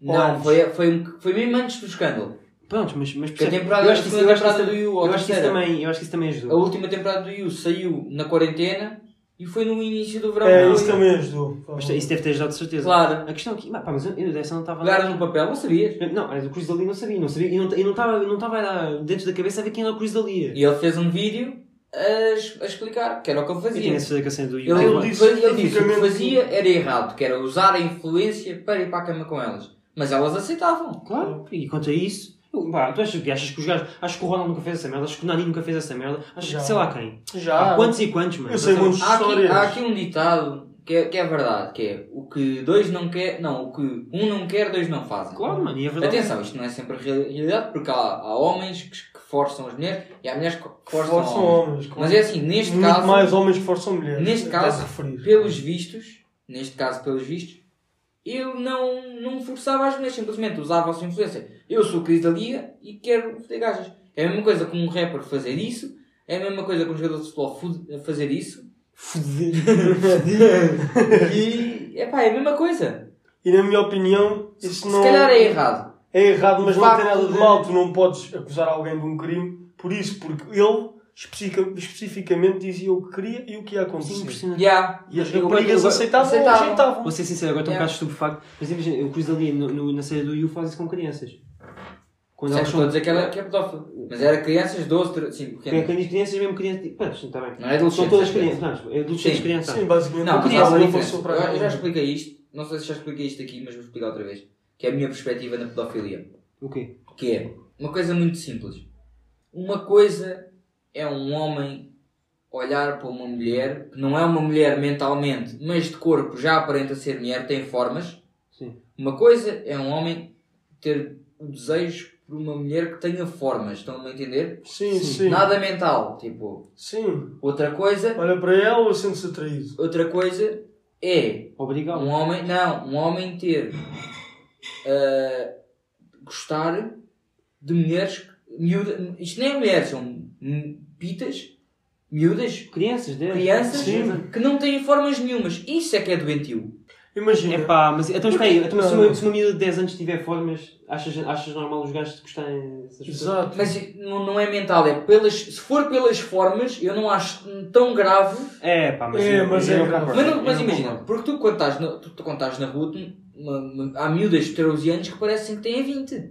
Speaker 2: Não, foi, foi, um foi mesmo antes do escândalo.
Speaker 1: Pronto, mas, mas
Speaker 2: Que a temporada-
Speaker 1: eu acho que isso, eu acho que
Speaker 2: a temporada
Speaker 1: isso,
Speaker 2: do Yu, ou
Speaker 1: eu acho que isso
Speaker 2: terceira.
Speaker 1: também, eu acho que isso também
Speaker 2: A
Speaker 1: ajudou.
Speaker 2: última temporada do You saiu na quarentena e foi no início do verão.
Speaker 3: é,
Speaker 2: Não,
Speaker 3: isso também ajudou.
Speaker 1: Mas isso deve ter ajudado de certeza.
Speaker 2: Claro.
Speaker 1: A questão aqui, pá, mas eu, eu dessa não estava
Speaker 2: Pegaram no papel, não sabias.
Speaker 1: Não, mas o Cruz Dali não sabia, não sabia, e não t- e não estava não estava dentro da cabeça a ver quem era o Cruz Dali.
Speaker 2: E ele fez um vídeo a, es- a explicar que era o que ele
Speaker 1: Eu
Speaker 2: fazia.
Speaker 1: tinha a certeza que a cena do
Speaker 2: Ele,
Speaker 1: Yu.
Speaker 3: Ele disse
Speaker 2: disse, ele disse que o que
Speaker 3: especificamente-
Speaker 2: fazia era errado, que era usar a influência para ir para a cama com elas. Mas elas aceitavam.
Speaker 1: Claro, e quanto a isso, eu- pá, tu achas, o quê? achas que os gajos, acho que o Ronald nunca fez essa merda, acho que o Nani nunca fez essa merda, acho
Speaker 3: Já.
Speaker 1: que sei lá quem.
Speaker 2: é-
Speaker 3: Já.
Speaker 1: Há quantos e quantos, mano? Então,
Speaker 3: Eu sei
Speaker 1: Não
Speaker 3: muitos
Speaker 2: Há aqui,
Speaker 3: histórias.
Speaker 2: há aqui um ditado que é, que é verdade, que é o que dois não quer, não, o que um não quer, dois não fazem.
Speaker 1: Claro, mano, e é verdade.
Speaker 2: Atenção, isto não é sempre a real- realidade, porque há, há homens que, que forçam as mulheres e há mulheres que forçam,
Speaker 3: Forçam
Speaker 2: homens.
Speaker 3: homens. claro.
Speaker 2: Mas é assim, neste
Speaker 3: Muito
Speaker 2: caso,
Speaker 3: mais homens que forçam mulheres.
Speaker 2: Neste
Speaker 3: Dá-se
Speaker 2: caso,
Speaker 3: a referir.
Speaker 2: pelos vistos, neste caso pelos vistos, ele não, não forçava as mulheres, simplesmente usava a sua influência. Eu sou o Cris da Liga e quero foder gajas. É a mesma coisa que um rapper fazer isso, é a mesma coisa que um jogador de futebol fu- fazer isso. e epá, é a mesma coisa.
Speaker 3: E na minha opinião, isso
Speaker 2: Se
Speaker 3: não.
Speaker 2: calhar é errado.
Speaker 3: É errado, mas
Speaker 2: O
Speaker 3: não tem
Speaker 2: facto
Speaker 3: nada de
Speaker 2: de-
Speaker 3: mal. Tu não podes acusar alguém de um crime por isso, porque ele especifica- especificamente dizia o que queria e o que ia
Speaker 1: Sim,
Speaker 3: acontecer.
Speaker 1: impressionante.
Speaker 2: Yeah.
Speaker 3: E as
Speaker 1: Eu- eu-
Speaker 3: raparigas
Speaker 1: eu-
Speaker 3: aceitavam ou
Speaker 2: aceitavam.
Speaker 3: rejeitavam.
Speaker 1: Vou ser sincero, agora estou um bocado
Speaker 2: Yeah.
Speaker 1: estupefacto, mas imagina, o Cruz Dali no- no- na série do Yu faz isso com crianças. Quando
Speaker 2: Sempre
Speaker 1: elas
Speaker 2: estou a
Speaker 1: são.
Speaker 2: dizer que ela que é pedófila. Mas era crianças 12, 13, sim,
Speaker 1: Quando
Speaker 2: pequenas.
Speaker 1: quando as crianças, mesmo crianças. Tipo, Pronto, está bem.
Speaker 2: Não é adolescente.
Speaker 1: São todas crianças, não, é adolescentes
Speaker 2: Sim.
Speaker 1: crianças.
Speaker 3: Sim, basicamente.
Speaker 2: Não,
Speaker 3: o
Speaker 2: mas
Speaker 3: que
Speaker 2: há
Speaker 3: estava
Speaker 2: uma
Speaker 3: ali
Speaker 2: diferença.
Speaker 3: passou para
Speaker 2: Eu, eu já
Speaker 3: alguém.
Speaker 2: expliquei isto, não sei se já expliquei isto aqui, mas vou explicar outra vez. Que é a minha perspectiva na pedofilia.
Speaker 1: O quê?
Speaker 2: Que é uma coisa muito simples. Uma coisa é um homem olhar para uma mulher, que não é uma mulher mentalmente, mas de corpo já aparenta ser mulher, tem formas.
Speaker 1: Sim.
Speaker 2: Uma coisa é um homem ter o desejo por uma mulher que tenha formas, estão-me a entender?
Speaker 3: Sim,
Speaker 1: Sim.
Speaker 3: sim.
Speaker 2: Nada mental, tipo.
Speaker 3: Sim.
Speaker 2: Outra coisa,
Speaker 3: Olha para ela ou sente-se atraído?
Speaker 2: outra coisa é um
Speaker 1: Obrigado.
Speaker 2: homem, não, um homem ter ah, gostar de mulheres, miúda, isto nem é mulheres, são m- pitas, miúdas,
Speaker 1: Crianças, deve.
Speaker 2: crianças
Speaker 3: Sim.
Speaker 2: que não têm formas nenhumas. Isso é que é doentio.
Speaker 3: Imagina.
Speaker 1: É pá, mas então espera aí, então, mas se,
Speaker 3: Não.
Speaker 1: uma, se uma miúda de 10 anos tiver formas, achas, achas normal os gajos de gostarem dessas coisas?
Speaker 3: Exato.
Speaker 2: Mas não, não é mental, é pelas, se for pelas formas, eu não acho tão grave.
Speaker 1: É pá, mas,
Speaker 3: É,
Speaker 1: eu-
Speaker 3: mas
Speaker 1: eu
Speaker 3: é
Speaker 1: não
Speaker 3: grave.
Speaker 1: concordo.
Speaker 2: Mas, não-
Speaker 1: Eu
Speaker 2: mas
Speaker 1: não
Speaker 2: imagina,
Speaker 1: concordo.
Speaker 2: porque tu quando estás na, tu, tu quando estás na rua, tu- uma- uma- há miúdas de 13 anos que parecem que têm 20.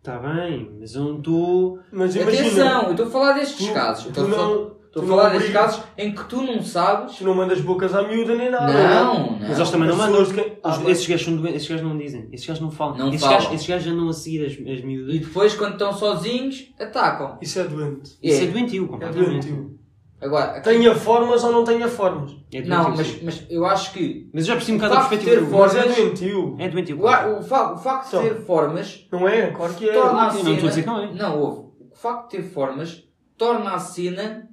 Speaker 1: Tá bem, mas eu não estou.
Speaker 3: Mas imagina.
Speaker 2: Atenção, eu estou a falar destes
Speaker 3: Tu-
Speaker 2: casos. então Eu Estou
Speaker 3: Tu
Speaker 2: a falar-
Speaker 3: não,
Speaker 2: estou
Speaker 3: tu
Speaker 2: a
Speaker 3: não
Speaker 2: falar destes
Speaker 3: obrigas-
Speaker 2: casos em que tu não sabes.
Speaker 3: tu não mandas bocas à miúda nem nada.
Speaker 2: Não,
Speaker 1: Mas eles
Speaker 2: não.
Speaker 1: também não mandam.
Speaker 3: Pessoas que- Ah,
Speaker 1: Os-
Speaker 3: mas-
Speaker 1: esses, gajos são doentes, esses gajos não dizem, esses gajos não falam.
Speaker 2: Não
Speaker 1: esses,
Speaker 2: falam.
Speaker 1: Gajos, esses gajos andam a seguir as, as
Speaker 2: E
Speaker 1: miúdas.
Speaker 2: depois, quando estão sozinhos, atacam.
Speaker 3: Isso é doente.
Speaker 1: Isso é
Speaker 2: É.
Speaker 1: doentio,
Speaker 3: É
Speaker 1: completamente.
Speaker 3: doentio.
Speaker 2: Agora, aqui-
Speaker 3: Tenha formas ou não tenha formas.
Speaker 1: É doentio,
Speaker 2: não,
Speaker 1: sim.
Speaker 2: mas, mas eu acho que
Speaker 1: Mas eu já percebi um
Speaker 2: O
Speaker 1: bocado a
Speaker 2: facto de
Speaker 1: perspectiva
Speaker 2: ter
Speaker 1: do.
Speaker 2: voz-
Speaker 3: Mas é
Speaker 2: Mas-
Speaker 3: doentio.
Speaker 1: É doentio.
Speaker 2: o,
Speaker 1: claro.
Speaker 2: a- o, fa- o facto de
Speaker 3: Então.
Speaker 2: ter formas
Speaker 3: Não é? Claro que é.
Speaker 2: torna a
Speaker 1: Eu não
Speaker 2: cena.
Speaker 1: estou a dizer que não é.
Speaker 2: Não, houve. O facto de ter formas torna a cena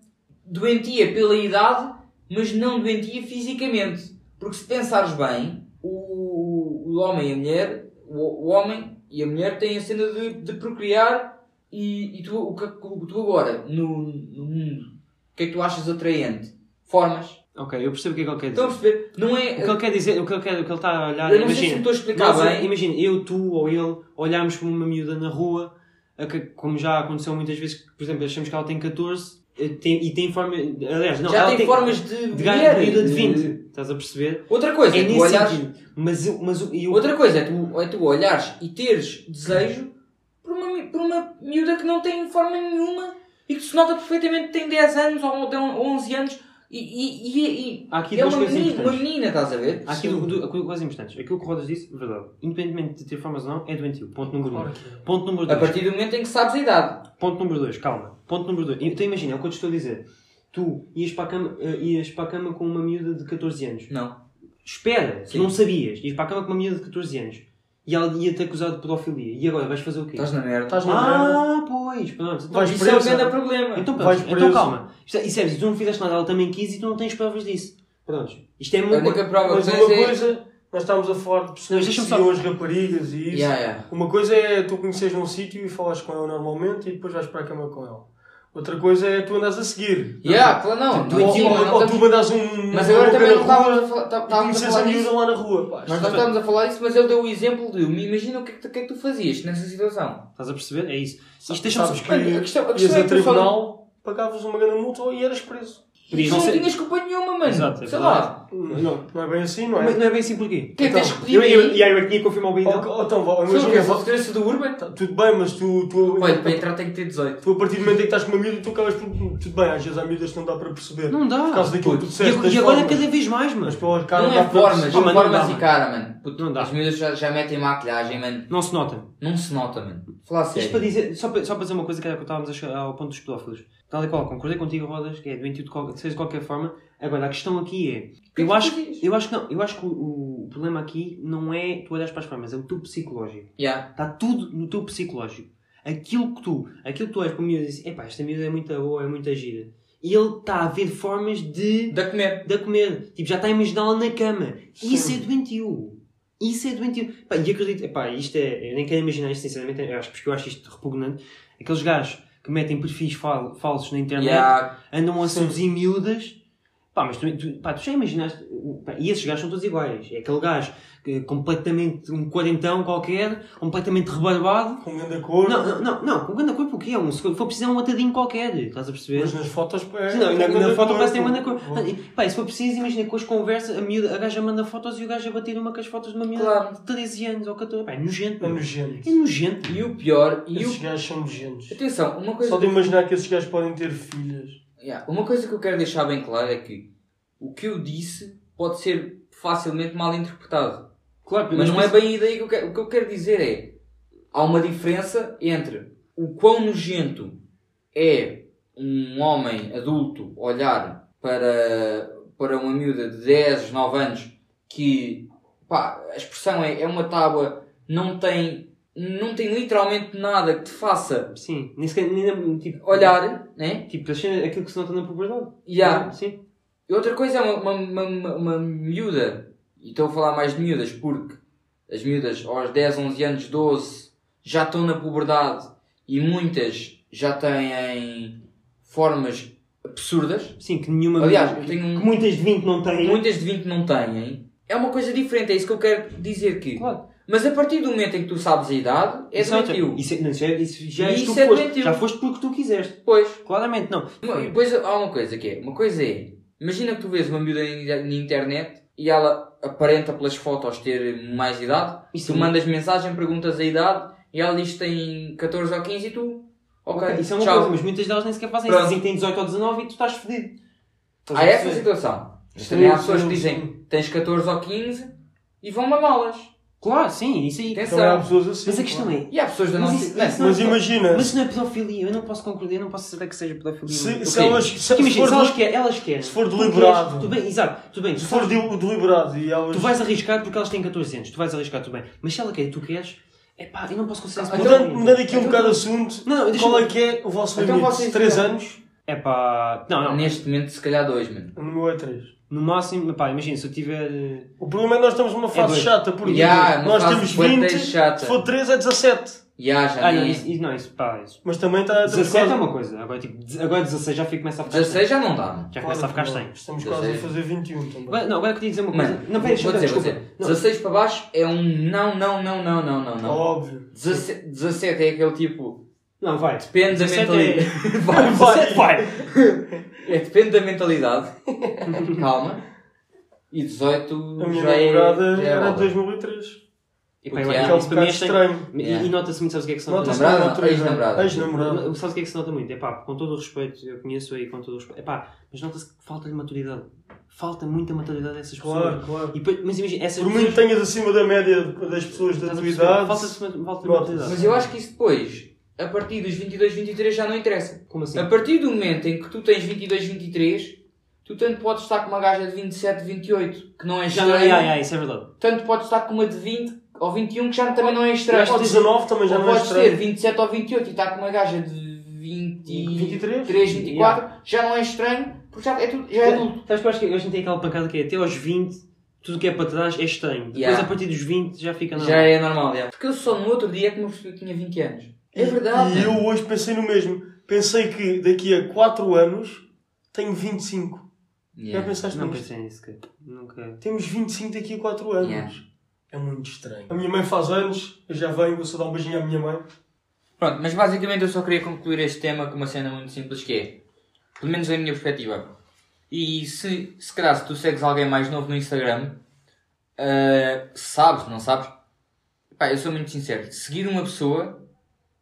Speaker 2: doentia pela idade, mas não doentia fisicamente. Porque se pensares bem, o, o homem e a mulher, o, o homem e a mulher têm a cena de, de procriar e, e tu, o que o que tu agora, no, no mundo, o que é que tu achas atraente? Formas.
Speaker 1: Ok, eu percebo o que é que ele quer dizer.
Speaker 2: Estão a perceber? Não
Speaker 1: o que
Speaker 2: é.
Speaker 1: ele quer dizer, o que ele, quer, o que ele está a olhar,
Speaker 2: Eu não sei se me
Speaker 1: imagina.
Speaker 2: estou a explicar
Speaker 1: Nós,
Speaker 2: bem.
Speaker 1: Imagina, eu, tu ou ele olharmos para uma miúda na rua, a que- como já aconteceu muitas vezes, por exemplo, achamos que ela tem 14 eh, tem- e tem forma. Aliás, não,
Speaker 2: Já
Speaker 1: ela
Speaker 2: tem, formas de,
Speaker 1: de ganhar
Speaker 2: mulher.
Speaker 1: de miúda de
Speaker 2: de-
Speaker 1: 20, estás a perceber?
Speaker 2: Outra coisa
Speaker 1: É
Speaker 2: é, tu
Speaker 1: nesse
Speaker 2: olhares.
Speaker 1: sentido. Mas, eu- mas o- e o-
Speaker 2: Outra coisa é tu, é tu olhares e teres desejo por uma, mi- por uma miúda que não tem forma nenhuma e que se nota perfeitamente que tem 10 anos ou tem 11 anos e, e, e- e-
Speaker 1: há aqui
Speaker 2: é
Speaker 1: duas
Speaker 2: uma
Speaker 1: coisas
Speaker 2: menina, uma
Speaker 1: importantes.
Speaker 2: menina, estás a ver?
Speaker 1: Há aqui
Speaker 3: Sim.
Speaker 1: du- du- coisas importantes. Aquilo que o Rodas disse, verdade. Independentemente de ter formas ou não, é doentio. Ponto número 1. Um.
Speaker 3: Claro que é.
Speaker 1: Ponto número
Speaker 2: A
Speaker 1: 2.
Speaker 2: partir do momento em que sabes a idade.
Speaker 1: Ponto número 2, calma. Ponto número 2. Então imagina, é o que eu te estou a dizer. Tu ias para a cama, eh, ias para a cama com uma miúda de 14 anos.
Speaker 2: Não.
Speaker 1: Espera, tu
Speaker 2: Sim.
Speaker 1: não sabias. Ias para a cama com uma miúda de 14 anos. E ela ia-te acusar de pedofilia. E agora vais fazer o quê?
Speaker 2: Estás na merda.
Speaker 3: Estás na merda.
Speaker 1: Ah, pois. Pronto. Então,
Speaker 3: Vais
Speaker 1: isso
Speaker 2: Isso é o
Speaker 3: presa.
Speaker 2: grande problema.
Speaker 1: Então,
Speaker 3: Vais
Speaker 1: pronto, então
Speaker 3: preso.
Speaker 1: calma. Isto é, isso é, tu não fizeste nada, ela também quis e tu não tens provas disso. Pronto. Isto é
Speaker 2: a
Speaker 1: muito.
Speaker 2: única prova que
Speaker 3: Mas
Speaker 2: tens
Speaker 3: uma
Speaker 2: é.
Speaker 3: coisa, nós estamos a falar de
Speaker 1: Não,
Speaker 3: pessoas
Speaker 1: mas
Speaker 3: que
Speaker 1: deixa-me
Speaker 3: seguiam as raparigas e isso.
Speaker 2: Yeah, yeah.
Speaker 3: Uma coisa é tu conheces num sítio e falas com ela normalmente e depois vais para a cama com ela. Outra coisa é tu andas a seguir.
Speaker 2: Yeah, claro, não.
Speaker 3: Ou,
Speaker 2: doentio,
Speaker 3: ou-
Speaker 2: mas não
Speaker 3: ou tu
Speaker 2: estamos-
Speaker 3: mandas um.
Speaker 2: Mas agora
Speaker 3: um
Speaker 2: também
Speaker 3: maluco
Speaker 2: não
Speaker 3: na rua
Speaker 2: estávamos a falar- tá-
Speaker 3: e
Speaker 2: estávamos a
Speaker 3: conheces a
Speaker 2: falar
Speaker 3: miúda
Speaker 2: disso.
Speaker 3: lá na rua. pá.
Speaker 2: Nós estávamos a falar isso, mas ele deu o exemplo de. Imagina o que é que tu- o que é que tu fazias nessa situação.
Speaker 1: Estás a perceber? É isso. Isto
Speaker 3: Sabes
Speaker 1: deixa-me só.
Speaker 3: que
Speaker 2: Mano, a questão- a
Speaker 3: ias
Speaker 2: questão é
Speaker 3: a
Speaker 2: que tu só-
Speaker 3: tribunal, pagavas uma grande multa e eras preso.
Speaker 1: Podias
Speaker 2: Tu não
Speaker 1: ser-
Speaker 2: tinhas culpa nenhuma, mano.
Speaker 1: Exato, é
Speaker 2: Sei
Speaker 1: verdade.
Speaker 2: lá.
Speaker 3: Não, não é bem assim, não é?
Speaker 1: Mas não é bem assim porquê?
Speaker 2: Quem
Speaker 3: Então,
Speaker 2: tens que
Speaker 1: Eu,
Speaker 2: pedir
Speaker 1: eu,
Speaker 2: aí?
Speaker 1: e aí eu tinha que confirmar o bem
Speaker 3: Ou,
Speaker 1: dele.
Speaker 3: ou então, vá,
Speaker 2: Foi o quê?
Speaker 3: imagina,
Speaker 2: Foi a
Speaker 3: vá,
Speaker 2: fotografia do Urban?
Speaker 3: Tá, tudo bem, mas tu, tu,
Speaker 2: Olha, para entrar tem que ter 18.
Speaker 3: tu a partir do momento em que estás com uma miúda, tu acabas por. Tudo bem, às vezes há miúdas que não dá para perceber.
Speaker 1: Não dá.
Speaker 3: Por causa daquilo que tu
Speaker 2: Puto.
Speaker 3: disseste.
Speaker 1: e,
Speaker 3: das
Speaker 1: e agora é
Speaker 3: formas.
Speaker 1: cada vez mais,
Speaker 3: Mas
Speaker 1: mano.
Speaker 3: para o cara
Speaker 2: Não
Speaker 3: dá
Speaker 2: é
Speaker 3: para
Speaker 2: formas,
Speaker 3: perceber.
Speaker 1: Oh,
Speaker 2: é
Speaker 1: mano, não
Speaker 2: formas
Speaker 1: dá,
Speaker 2: e cara, mano. Puto,
Speaker 1: Não dá.
Speaker 2: As miúdas já, já metem maquilhagem, mano.
Speaker 1: Não se nota.
Speaker 2: Não se nota, mano. Falar
Speaker 1: Isto para
Speaker 2: sério.
Speaker 1: dizer, só para, só para dizer uma coisa que era que estávamos a chegar ao ponto dos pedófilos. Tal e qual, concordei contigo, Rodas, que é doentio de, qual, seja de qualquer forma. Agora, a questão aqui é.
Speaker 2: que
Speaker 1: Eu
Speaker 2: tu
Speaker 1: acho,
Speaker 2: fazias?
Speaker 1: eu acho que não, eu acho que o, o problema aqui não é tu olhares para as formas, é o teu psicológico.
Speaker 2: Yeah.
Speaker 1: Está tudo no teu psicológico. Aquilo que tu, aquilo que tu olhas para o miúdo e dizes, epá, esta miúda é muita boa, é muita gira. E ele está a ver formas de,
Speaker 2: Da comer.
Speaker 1: de a comer. Tipo, já está a imaginá-la na cama. Isso é
Speaker 3: Sim.
Speaker 1: doentio. Isso é doentio. Pá, e acredito, pá, isto é, eu nem quero imaginar isto, sinceramente, eu acho, porque eu acho isto repugnante. Aqueles gajos que metem perfis fal- falsos na internet,
Speaker 2: Yeah.
Speaker 1: andam a
Speaker 3: Sim.
Speaker 1: seduzir miúdas. Pá, mas tu, tu- pá, tu já imaginaste. pá, e esses gajos são todos iguais. É aquele gajo que, completamente, um quarentão qualquer, completamente rebarbado.
Speaker 3: Com grande cor.
Speaker 1: Não, não, não, não, com grande corpo o que é? Um, se for precisar, um atadinho qualquer, estás a perceber?
Speaker 3: Mas nas fotos. É,
Speaker 1: Sim, não, na,
Speaker 3: com
Speaker 1: na
Speaker 3: grande
Speaker 1: foto
Speaker 3: cor,
Speaker 1: parece que tem
Speaker 3: com-
Speaker 1: uma cor.
Speaker 3: com-
Speaker 1: Portanto, e, Pá, e se for preciso, imagina com as conversas, a, miúda, a gaja manda fotos e o gajo a bater uma com as fotos de uma miúda
Speaker 2: Claro.
Speaker 1: de 13 anos ou 14. Pá, é nojento,
Speaker 3: É
Speaker 1: meu.
Speaker 3: nojento.
Speaker 1: É nojento.
Speaker 2: E o pior, e
Speaker 3: Esses
Speaker 2: o.
Speaker 3: gajos são nojentos.
Speaker 2: Atenção, uma
Speaker 3: Só
Speaker 2: coisa.
Speaker 3: de imaginar que esses gajos podem ter filhas.
Speaker 2: Yeah. Uma coisa que eu quero deixar bem claro é que o que eu disse pode ser facilmente mal interpretado.
Speaker 1: Claro,
Speaker 2: Mas não é bem a ideia que eu quero. O que eu quero dizer é. Há uma diferença entre o quão nojento é um homem adulto olhar para, para uma miúda de 10, 9 anos que. pá, a expressão é, é uma tábua, não tem. não tem literalmente nada que te faça
Speaker 1: Sim, nem sequer, nem- nem- tipo,
Speaker 2: olhar, né?
Speaker 1: Tipo, as cenas- aquilo que se nota na propriedade.
Speaker 2: E há
Speaker 1: Sim.
Speaker 2: E outra coisa é uma, uma, uma, uma miúda, e estou a falar mais de miúdas porque as miúdas aos 10, 11 anos, 12 já estão na puberdade e muitas já têm formas absurdas.
Speaker 1: Sim, que nenhuma.
Speaker 2: Aliás, eu tenho
Speaker 1: que
Speaker 2: um-
Speaker 1: muitas de 20 não têm.
Speaker 2: muitas de 20 não têm. É uma coisa diferente, é isso que eu quero dizer que.
Speaker 1: Claro.
Speaker 2: Mas a partir do momento em que tu sabes a idade, é
Speaker 1: Isso é
Speaker 2: doentio.
Speaker 1: Isso, é- não, isso, é- isso já
Speaker 2: E
Speaker 1: és tu
Speaker 2: isso
Speaker 1: que
Speaker 2: é
Speaker 1: foste.
Speaker 2: doentio.
Speaker 1: Já foste porque tu quiseste.
Speaker 2: Pois.
Speaker 1: Claramente não.
Speaker 2: Uma- e depois há uma coisa que é, uma coisa é, imagina que tu vês uma miúda na na internet e ela aparenta pelas fotos ter mais idade, e
Speaker 1: Isso
Speaker 2: tu
Speaker 1: é-
Speaker 2: mandas mensagem, perguntas a idade e ela diz que tem 14 ou 15 e tu, ok,
Speaker 1: Ok, Isso é uma
Speaker 2: tchau.
Speaker 1: coisa, mas muitas delas nem sequer fazem isso.
Speaker 2: Pronto.
Speaker 1: Dizem que têm 18 ou 19 e tu estás fedido. Estás a
Speaker 2: Há essa
Speaker 1: perceber?
Speaker 2: situação. Mas
Speaker 3: Sim,
Speaker 2: também há
Speaker 3: sim,
Speaker 2: pessoas que
Speaker 3: sim.
Speaker 2: dizem, tens 14 ou 15 e vão mamá-las.
Speaker 1: Claro, sim, isso aí.
Speaker 2: Atenção.
Speaker 3: Também há pessoas assim.
Speaker 1: É Mas a questão é,
Speaker 2: E há pessoas da
Speaker 1: Mas
Speaker 2: nossa...
Speaker 1: isso-
Speaker 2: Mano,
Speaker 1: isso
Speaker 3: Mas imagina,
Speaker 1: Mas isso não é pedofilia, eu não posso concordar, eu não posso aceitar que seja pedofilia.
Speaker 3: se,
Speaker 1: Porque
Speaker 3: se elas. Se, se
Speaker 1: imagina,
Speaker 3: for
Speaker 1: se elas
Speaker 3: de-
Speaker 1: querem, elas querem.
Speaker 3: se for
Speaker 1: Tu
Speaker 3: deliberado.
Speaker 1: queres, Tudo bem, exato, tudo bem.
Speaker 3: se
Speaker 1: tu
Speaker 3: for
Speaker 1: sabes-
Speaker 3: de- deliberado e elas.
Speaker 1: Tu vais arriscar porque elas têm 14 anos, tu vais arriscar, tudo bem. Mas se ela quer e tu queres, é pá, eu não posso considerar isso
Speaker 2: Então-
Speaker 3: Ah, Mudando,
Speaker 1: pedofilia.
Speaker 3: mudando aqui um
Speaker 2: Então-
Speaker 3: bocado de assunto,
Speaker 1: Não, não, deixa
Speaker 3: qual é que é o vosso
Speaker 2: Então
Speaker 3: limite?
Speaker 2: vocês-
Speaker 3: 3 anos?
Speaker 1: É pá. Não, não.
Speaker 2: Neste momento, se calhar dois, mano.
Speaker 3: No meu é 3.
Speaker 1: No máximo, pá, imagina, se eu tiver.
Speaker 3: O problema é que nós estamos numa fase
Speaker 1: dois.
Speaker 3: chata, porque
Speaker 2: Ya, uma
Speaker 3: nós
Speaker 2: fase
Speaker 3: temos
Speaker 2: bué
Speaker 3: 20,
Speaker 2: chata.
Speaker 3: se for 3 é 17.
Speaker 2: Já, já
Speaker 1: Ah, não,
Speaker 2: nem-
Speaker 1: isso, isso- não, isso, pá, isso.
Speaker 3: Mas também está...
Speaker 1: 17 é uma coisa, agora, tipo, de- agora 16 já fico começa a ficar.
Speaker 2: 16 é. já não dá, mano.
Speaker 1: Já começa a ficar estranho.
Speaker 3: Estamos quase a
Speaker 2: 16.
Speaker 3: fazer 21 também.
Speaker 1: Agora- Não, agora eu queria dizer uma coisa.
Speaker 2: Mano,
Speaker 1: não, peraí,
Speaker 2: vou
Speaker 1: desculpa,
Speaker 2: dizer, vou
Speaker 1: desculpa.
Speaker 2: dizer.
Speaker 1: Não,
Speaker 2: 16 para baixo é um não, não, não, não, não, não, não.
Speaker 3: Óbvio.
Speaker 2: 17, 17 é aquele tipo,
Speaker 1: não, vai.
Speaker 2: depende da
Speaker 1: 17
Speaker 2: mentalidade. Vai, vai.
Speaker 1: Vai, vai.
Speaker 2: É, depende da mentalidade. Calma. E
Speaker 3: A
Speaker 2: 18
Speaker 3: minha
Speaker 2: já é.
Speaker 3: namorada
Speaker 2: já é
Speaker 3: era
Speaker 2: obra.
Speaker 3: 2003.
Speaker 1: E pá,
Speaker 2: Porque
Speaker 1: eu
Speaker 2: é
Speaker 1: acho que
Speaker 3: Que é um
Speaker 1: isso para mim
Speaker 3: bocado
Speaker 1: é estranho.
Speaker 3: estranho.
Speaker 1: E,
Speaker 2: Yeah.
Speaker 1: e nota-se muito, sabes o que é que se nota?
Speaker 3: Nota-se
Speaker 2: Namorada,
Speaker 3: como autorizado.
Speaker 2: ex-namorada.
Speaker 3: Ex-namorada.
Speaker 1: Sabes o que é que se nota muito? É pá, com todo o respeito, eu conheço aí com todo o respeito. É pá, mas nota-se que falta de maturidade. Falta muita maturidade dessas pessoas.
Speaker 3: Claro, claro.
Speaker 1: E depois- mas imagina, essas
Speaker 3: Por muito
Speaker 1: pessoas-
Speaker 3: tenhas acima da média das pessoas da
Speaker 1: estás a
Speaker 3: tua
Speaker 1: perceber?
Speaker 3: idade.
Speaker 1: Falta-se ma- falta de
Speaker 3: Nota-se.
Speaker 1: maturidade.
Speaker 2: Mas eu acho que isso depois, a partir dos 22, 23 já não
Speaker 3: é
Speaker 2: interessa.
Speaker 1: Como assim?
Speaker 2: A partir do momento em que tu tens 22, 23, tu tanto podes estar com uma gaja de 27, 28, que não é
Speaker 1: Já
Speaker 2: estranho,
Speaker 1: não, yeah, yeah, isso é verdade.
Speaker 2: tanto podes estar com uma de 20 ou 21, que já também não é
Speaker 3: Já
Speaker 2: estranho.
Speaker 3: aos 19 também já
Speaker 2: Ou
Speaker 3: não é
Speaker 2: podes ter
Speaker 3: estranho.
Speaker 2: 27 ou 28 e estar com uma gaja de 23,
Speaker 3: 23?
Speaker 2: 24, já não é estranho, porque já é, tudo, já é adulto.
Speaker 1: Sabes que eu acho que a gente tem aquela pancada que é até aos 20, tudo o que é para trás é estranho. Depois
Speaker 2: Yeah.
Speaker 1: a partir dos 20 já fica na.
Speaker 2: Já é normal, já. Porque eu só no outro dia é que me percebi que tinha 20 anos. É verdade.
Speaker 3: E eu hoje pensei no mesmo. Pensei que daqui a 4 anos tenho 25. Já
Speaker 2: Yeah.
Speaker 3: pensaste
Speaker 1: Não
Speaker 3: nisto?
Speaker 1: pensei nisso, cara. Nunca.
Speaker 3: Temos 25 daqui a 4 anos.
Speaker 2: Yeah.
Speaker 3: É muito estranho. A minha mãe faz anos, eu já venho, vou só dar um beijinho à minha mãe.
Speaker 2: Pronto, mas basicamente eu só queria concluir este tema com uma cena muito simples que é, pelo menos da minha perspectiva, e se, se calhar se tu segues alguém mais novo no Instagram, ah, sabes, não sabes? Pá, eu sou muito sincero, seguir uma pessoa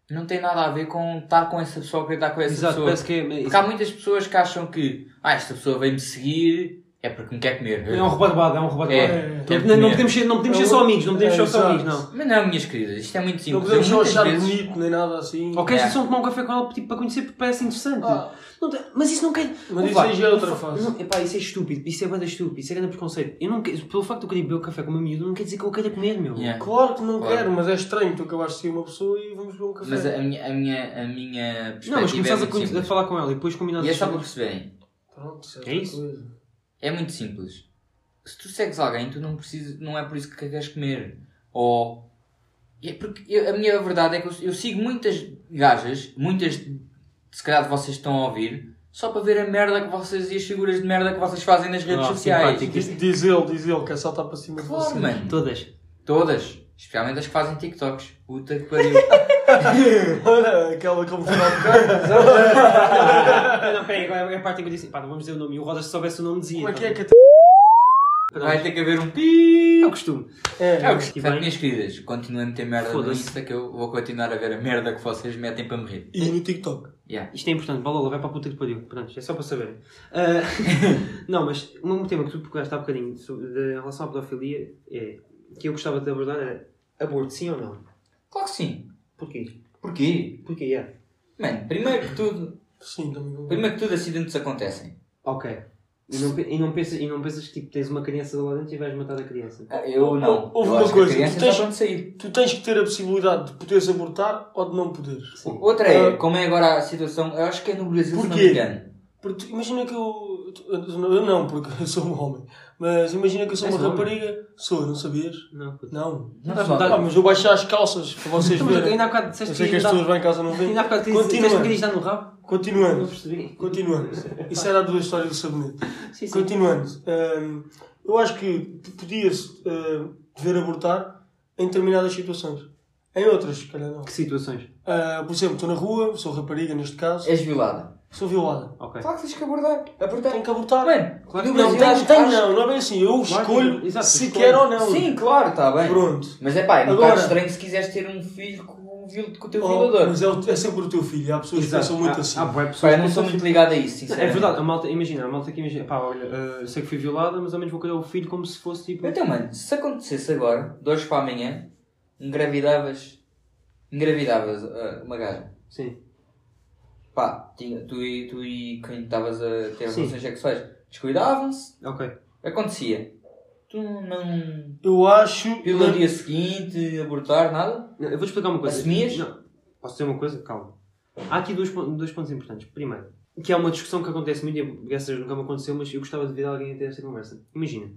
Speaker 2: não tem nada a ver com estar com essa pessoa ou querer estar com essa
Speaker 1: Exato,
Speaker 2: pessoa.
Speaker 1: parece que é.
Speaker 2: Porque há muitas pessoas que acham que, ah, esta pessoa veio-me seguir, é porque me quer comer.
Speaker 1: É um rebarbado, é um rebarbado.
Speaker 2: É,
Speaker 3: é,
Speaker 1: Não,
Speaker 2: é.
Speaker 1: não podemos ser, não podemos ser só amigos, não podemos
Speaker 3: É,
Speaker 1: ser só
Speaker 3: exato.
Speaker 1: amigos, não.
Speaker 2: Mas não, minhas queridas, isto é muito
Speaker 3: Não
Speaker 2: simples.
Speaker 3: podemos
Speaker 2: Eu
Speaker 3: só
Speaker 2: muitas
Speaker 3: achar
Speaker 2: vezes-
Speaker 3: bonito nem nada assim.
Speaker 1: Ou queres
Speaker 2: É.
Speaker 1: é. só tomar um café com ela tipo, para conhecer porque parece interessante.
Speaker 3: Ah.
Speaker 1: Não tem- mas isso não quer.
Speaker 3: Mas isso
Speaker 1: Opa,
Speaker 3: aí já é outra
Speaker 1: não fa-
Speaker 3: fase.
Speaker 1: Não, epá, isso é estúpido, isso é banda estúpido, isso é grande preconceito. Eu não quero, pelo facto de eu querer beber o café com uma miúda, não quer dizer que eu queira comer, meu.
Speaker 2: Yeah.
Speaker 3: Claro que não
Speaker 2: É. Claro.
Speaker 3: quero, mas é estranho. Tu acabaste de ser uma pessoa e vamos beber um café.
Speaker 2: Mas é- a minha, a minha, a minha perspectiva
Speaker 1: Não, mas começares
Speaker 2: é
Speaker 1: a,
Speaker 2: muito
Speaker 1: conhe- a
Speaker 2: simples.
Speaker 1: falar com ela e depois combinas
Speaker 2: E é
Speaker 1: as
Speaker 2: só para
Speaker 1: coisas.
Speaker 2: perceberem,
Speaker 3: Pronto,
Speaker 1: É
Speaker 3: isso é, outra
Speaker 1: isso?
Speaker 3: coisa.
Speaker 2: é muito simples. Se tu segues alguém, tu não precisas, não é por isso que queres comer. Ou. É porque eu- a minha verdade é que eu, eu sigo muitas gajas, muitas se calhar de vocês estão a ouvir, só para ver a merda que vocês e as figuras de merda que vocês fazem nas redes
Speaker 1: Ah,
Speaker 2: sociais.
Speaker 1: simpático.
Speaker 3: Diz, diz ele, diz ele, quer saltar para cima de
Speaker 2: É Claro,
Speaker 3: você.
Speaker 2: mano.
Speaker 1: Todas.
Speaker 2: Todas. Especialmente as que fazem TikToks. Puta que pariu.
Speaker 3: Olha, aquela como está a tocar.
Speaker 1: Ah, não, peraí, agora é a parte em que eu disse, pá, não vamos dizer o nome. E o Rodas, se soubesse o nome, dizia. tá
Speaker 3: Como é
Speaker 2: tá
Speaker 3: que é que a
Speaker 2: Vai ter que haver um
Speaker 1: é? É o costume. É o
Speaker 3: É,
Speaker 1: costume.
Speaker 2: Portanto, minhas queridas, continuem a meter merda no
Speaker 1: Foda-se.
Speaker 2: Insta que eu vou continuar a ver a merda que vocês metem para me rir.
Speaker 3: e no TikTok.
Speaker 2: Yeah.
Speaker 1: Isto é importante, Balola, vai para a puta que pariu. Pronto, é só para saber. Ah, não, mas um tema que tu procuraste há bocadinho sobre, de, em relação à pedofilia é que eu gostava de abordar era aborto, sim ou não?
Speaker 2: Claro que sim.
Speaker 1: Porquê?
Speaker 2: Porquê?
Speaker 1: Porquê, é?
Speaker 2: Mano, primeiro que tudo,
Speaker 3: Sim, também vou.
Speaker 2: primeiro que tudo acidentes acontecem.
Speaker 1: Ok. E não, pe- e, não pensas, e não pensas que tipo, tens uma criança lá dentro e vais matar a criança?
Speaker 2: Ah, Eu não.
Speaker 3: Houve
Speaker 2: eu
Speaker 3: uma
Speaker 2: acho
Speaker 3: coisa,
Speaker 2: que a criança
Speaker 3: tu tens-
Speaker 2: já pode sair.
Speaker 3: Tu tens que ter a possibilidade de poderes abortar ou de não poderes.
Speaker 1: Sim.
Speaker 2: Outra é,
Speaker 3: Ah.
Speaker 2: como é agora a situação, eu acho que é no Brasil, se não
Speaker 3: Porquê?
Speaker 2: me engano.
Speaker 3: Porque tu- imagina que eu. tu- Eu não, porque eu sou um homem. Mas imagina que eu sou
Speaker 1: És
Speaker 3: uma
Speaker 1: um
Speaker 3: rapariga. Sou, não sabias?
Speaker 1: Não, puta.
Speaker 3: Não.
Speaker 2: Não
Speaker 3: Ah,
Speaker 2: sou.
Speaker 3: pá, mas eu baixei as calças para vocês
Speaker 1: Tá, Mas
Speaker 3: verem.
Speaker 1: ainda há bocado
Speaker 3: Eu
Speaker 1: disseste que
Speaker 3: sei que as
Speaker 1: ias dar-
Speaker 3: pessoas lá em casa não veem.
Speaker 1: ainda há bocado disseste- disseste que
Speaker 3: Continuando.
Speaker 1: querias dar no rabo? Não
Speaker 3: Continuando.
Speaker 1: percebi.
Speaker 3: Continuando. Isso era a tua história do sabonete.
Speaker 1: Sim, sim.
Speaker 3: Continuando. hum, eu acho que podia-se hum, dever abortar em determinadas situações. Em outras, se calhar não.
Speaker 1: Que situações?
Speaker 3: Ah, por exemplo, estou na rua, sou rapariga neste
Speaker 1: É.
Speaker 3: caso,
Speaker 2: És violada.
Speaker 3: sou violada.
Speaker 1: Ok.
Speaker 2: Claro que tens que abordar. Abortar.
Speaker 3: Tenho que abortar.
Speaker 2: Mano,
Speaker 1: Claro
Speaker 2: no
Speaker 1: que não,
Speaker 3: não,
Speaker 2: Brasil acho-
Speaker 3: tenho, tenho
Speaker 2: acho-
Speaker 3: não, não é bem assim. Eu
Speaker 1: Claro que
Speaker 3: escolho
Speaker 1: não, exato,
Speaker 3: se
Speaker 1: escolhe.
Speaker 3: quero ou não.
Speaker 2: Sim, claro, está bem.
Speaker 3: Pronto.
Speaker 2: Mas é pá, é um
Speaker 3: Agora-
Speaker 2: bocado estranho se quiseres ter um filho com, o viol- com o teu
Speaker 3: Oh,
Speaker 2: violador.
Speaker 3: mas é, o- é sempre o teu filho. Há pessoas que pensam muito assim.
Speaker 1: Há, há bué pessoas
Speaker 2: Pá, eu
Speaker 1: que
Speaker 2: não
Speaker 1: pensam
Speaker 2: sou muito ligado a isso,
Speaker 1: É
Speaker 2: sinceramente.
Speaker 1: verdade, a malta, imagina, a malta que imagina, pá, olha, eh, eu sei que fui violada, mas ao menos vou criar o filho como se fosse tipo.
Speaker 2: Então, mano, se acontecesse agora, de hoje para amanhã, engravidavas. Engravidavas ah, uma gaja.
Speaker 1: Sim.
Speaker 2: Pá, tinha, tu, e, tu e quem estavas a ter
Speaker 1: Sim.
Speaker 2: relações sexuais descuidavam-se,
Speaker 1: Ok.
Speaker 2: acontecia. Tu não.
Speaker 3: Eu acho.
Speaker 2: Pelo dia seguinte, abortar, nada?
Speaker 1: Não, Eu vou explicar uma coisa.
Speaker 2: Assumias?
Speaker 1: Não. Posso dizer uma coisa? Calma. Há aqui dois, pon- dois pontos importantes. Primeiro, que é uma discussão que acontece muito, e graças a Deus nunca me aconteceu, mas eu gostava de ver alguém a ter esta conversa. Imagina,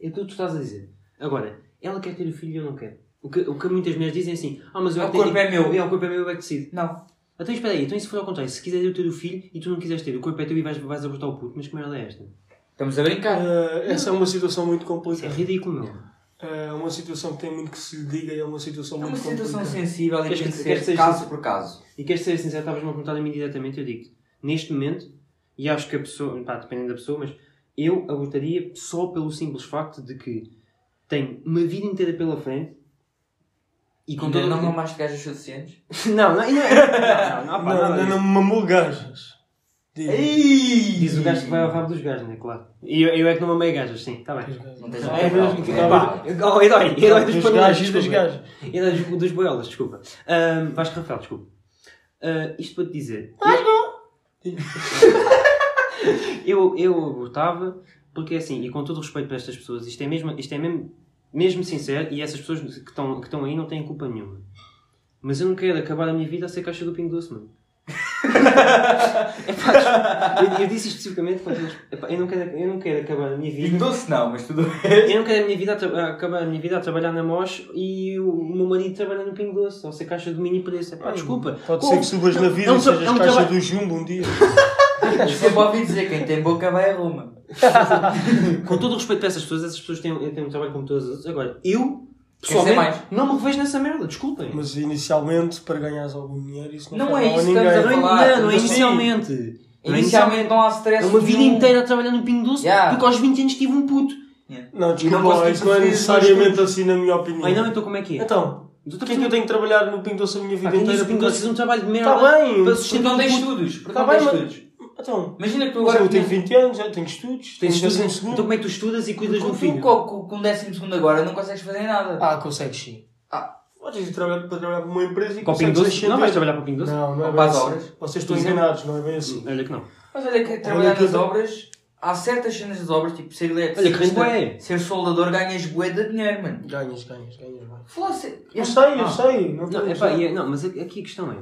Speaker 1: é tudo o que tu estás a dizer. Agora, ela quer ter o filho e eu não quero. O que, o que muitas mulheres dizem é assim, ah, mas eu
Speaker 2: O
Speaker 1: é que tenho-
Speaker 2: corpo é meu.
Speaker 1: É, o corpo é meu, eu é que decido.
Speaker 2: Não.
Speaker 1: Então espera aí, então e se for ao contrário, se quiseres eu ter o filho e tu não quiseres ter, o corpo é teu e vais, vais abortar o puto, mas que merda é esta?
Speaker 2: Estamos a brincar.
Speaker 3: Eh, essa é uma situação muito
Speaker 1: Isso é
Speaker 3: complicada.
Speaker 1: ridículo, meu.
Speaker 3: É uma situação que tem muito que se lhe diga e é uma situação
Speaker 2: É uma
Speaker 3: muito
Speaker 2: situação
Speaker 3: complicada.
Speaker 2: sensível e
Speaker 1: Queres
Speaker 2: tem que
Speaker 1: que- queres que
Speaker 2: ser
Speaker 1: seja
Speaker 2: caso
Speaker 1: sincero?
Speaker 2: por caso.
Speaker 1: E queres ser sincero, estavas-me a perguntar a mim diretamente, eu digo neste momento, e acho que a pessoa, pá, dependendo da pessoa, mas eu abortaria só pelo simples facto de que tenho uma vida inteira pela frente e com todo
Speaker 2: Ainda
Speaker 1: o-
Speaker 2: não mamaste gajas suficientes?
Speaker 1: Não, não, não, não, não,
Speaker 3: Não,
Speaker 1: não, Ah, pá, nada
Speaker 3: não,
Speaker 1: disso.
Speaker 3: não mamou gajas. Diz.
Speaker 1: Diz o gajo que vai ao rabo dos gajos, não é? Claro. E eu, eu é que não mamei gajos, sim, está bem.
Speaker 2: Não tens
Speaker 3: É
Speaker 2: nada.
Speaker 3: mesmo que
Speaker 2: É
Speaker 3: dá-
Speaker 1: Pá, oh, herói, herói dos
Speaker 3: Dos
Speaker 1: panelares,
Speaker 3: gajos e das
Speaker 1: desculpa.
Speaker 3: gajas.
Speaker 1: Herói dos, dos boiolas, desculpa. Ahm, Vasco Rafael, desculpa. Ah, isto para te dizer. eu, eu abortava, porque é assim, e com todo o respeito para estas pessoas, isto é mesmo, isto é mesmo, mesmo sincero, e essas pessoas que estão, que estão aí não têm culpa nenhuma. Mas eu não quero acabar a minha vida a ser caixa do Pingo Doce, mano. Epá, eu, eu disse isto especificamente quando eles- epá, eu, não quero, eu não quero acabar a minha vida.
Speaker 2: Doce não, mas tudo
Speaker 1: Eu não quero a minha vida a tra- a acabar a minha vida a trabalhar na MOS e o meu marido trabalha no Pingo Doce, ou ser caixa do mini preço. Epá, desculpa.
Speaker 3: Hum, Pode ser que subas na vida
Speaker 1: É um
Speaker 3: e
Speaker 1: tra-
Speaker 3: sejas
Speaker 1: é um
Speaker 3: caixa
Speaker 1: trabalho-
Speaker 3: do jumbo um dia.
Speaker 2: Eu sempre ouvi dizer, quem tem boca vai a Roma.
Speaker 1: Com todo o respeito para essas pessoas, essas pessoas têm, têm um trabalho como todas as outras. Agora, eu,
Speaker 2: ser
Speaker 1: pessoalmente,
Speaker 2: mais.
Speaker 1: não me revejo nessa merda, desculpem.
Speaker 3: Mas inicialmente, para ganhares algum dinheiro, isso não,
Speaker 2: Não
Speaker 3: faz
Speaker 2: é
Speaker 3: mal a
Speaker 2: isso que
Speaker 3: ninguém.
Speaker 1: não,
Speaker 2: estamos
Speaker 1: é-
Speaker 2: a falar,
Speaker 1: não, não é
Speaker 2: mas sim.
Speaker 1: inicialmente. Não é
Speaker 2: Inicialmente não há
Speaker 1: É
Speaker 2: stress
Speaker 1: uma vida
Speaker 2: nenhum.
Speaker 1: inteira a trabalhar no Pingo Doce,
Speaker 2: Yeah.
Speaker 1: porque aos 20 anos tive um puto.
Speaker 3: Não,
Speaker 2: E não
Speaker 3: desculpa,
Speaker 2: posso
Speaker 3: lá,
Speaker 2: ter
Speaker 3: isso não é
Speaker 2: preferências,
Speaker 3: necessariamente assim, na minha opinião.
Speaker 1: Ai não, então como é que é?
Speaker 3: Então,
Speaker 1: Tu
Speaker 3: porquê é que eu tenho que trabalhar no Pingo Doce a minha vida
Speaker 1: Quem diz
Speaker 3: inteira?
Speaker 1: o Pingo Doce é um trabalho de merda
Speaker 3: Tá bem,
Speaker 1: para
Speaker 2: Porque
Speaker 1: sustentar
Speaker 2: não
Speaker 1: um
Speaker 2: tens
Speaker 1: puto.
Speaker 2: estudos. Porque
Speaker 3: Tá
Speaker 2: não
Speaker 3: bem,
Speaker 2: tens
Speaker 3: mas-
Speaker 2: estudos.
Speaker 3: Então,
Speaker 2: Imagina que tu
Speaker 3: mas
Speaker 2: agora...
Speaker 3: eu tenho 20 anos, eu tenho estudos, tenho
Speaker 1: Tens tudo.
Speaker 3: estação
Speaker 1: Então
Speaker 3: seguro.
Speaker 1: como é que tu estudas e cuidas de um
Speaker 2: Tu
Speaker 1: filho?
Speaker 2: com, com, com 12 segundo agora não consegues fazer nada.
Speaker 3: Ah, consegues sim.
Speaker 2: Ah.
Speaker 3: Podes ir trabalhar, para trabalhar para uma empresa e
Speaker 1: Com o Pingo
Speaker 3: consegues
Speaker 1: Doce? Não
Speaker 3: ascender.
Speaker 1: vais trabalhar para o Pingo Doce?
Speaker 3: Não, não é
Speaker 2: Ou
Speaker 3: bem
Speaker 2: para as
Speaker 3: assim.
Speaker 2: obras.
Speaker 3: Vocês estão
Speaker 1: Por exemplo.
Speaker 3: enganados, não é bem assim.
Speaker 1: Olha que não.
Speaker 2: Mas olha que trabalhar
Speaker 3: que
Speaker 2: nas
Speaker 3: eu-
Speaker 2: obras, há certas cenas das obras, tipo ser
Speaker 1: Olha que
Speaker 2: eletricista,
Speaker 1: rende bué.
Speaker 2: ser soldador, ganhas bué de dinheiro, mano.
Speaker 3: Ganhas, ganhas, ganhas. bem.
Speaker 2: Foda-se.
Speaker 3: Eu sei, eu
Speaker 2: Ah,
Speaker 3: sei. Não,
Speaker 1: Não,
Speaker 3: tenho-
Speaker 1: epá, e é- não, mas aqui a questão é.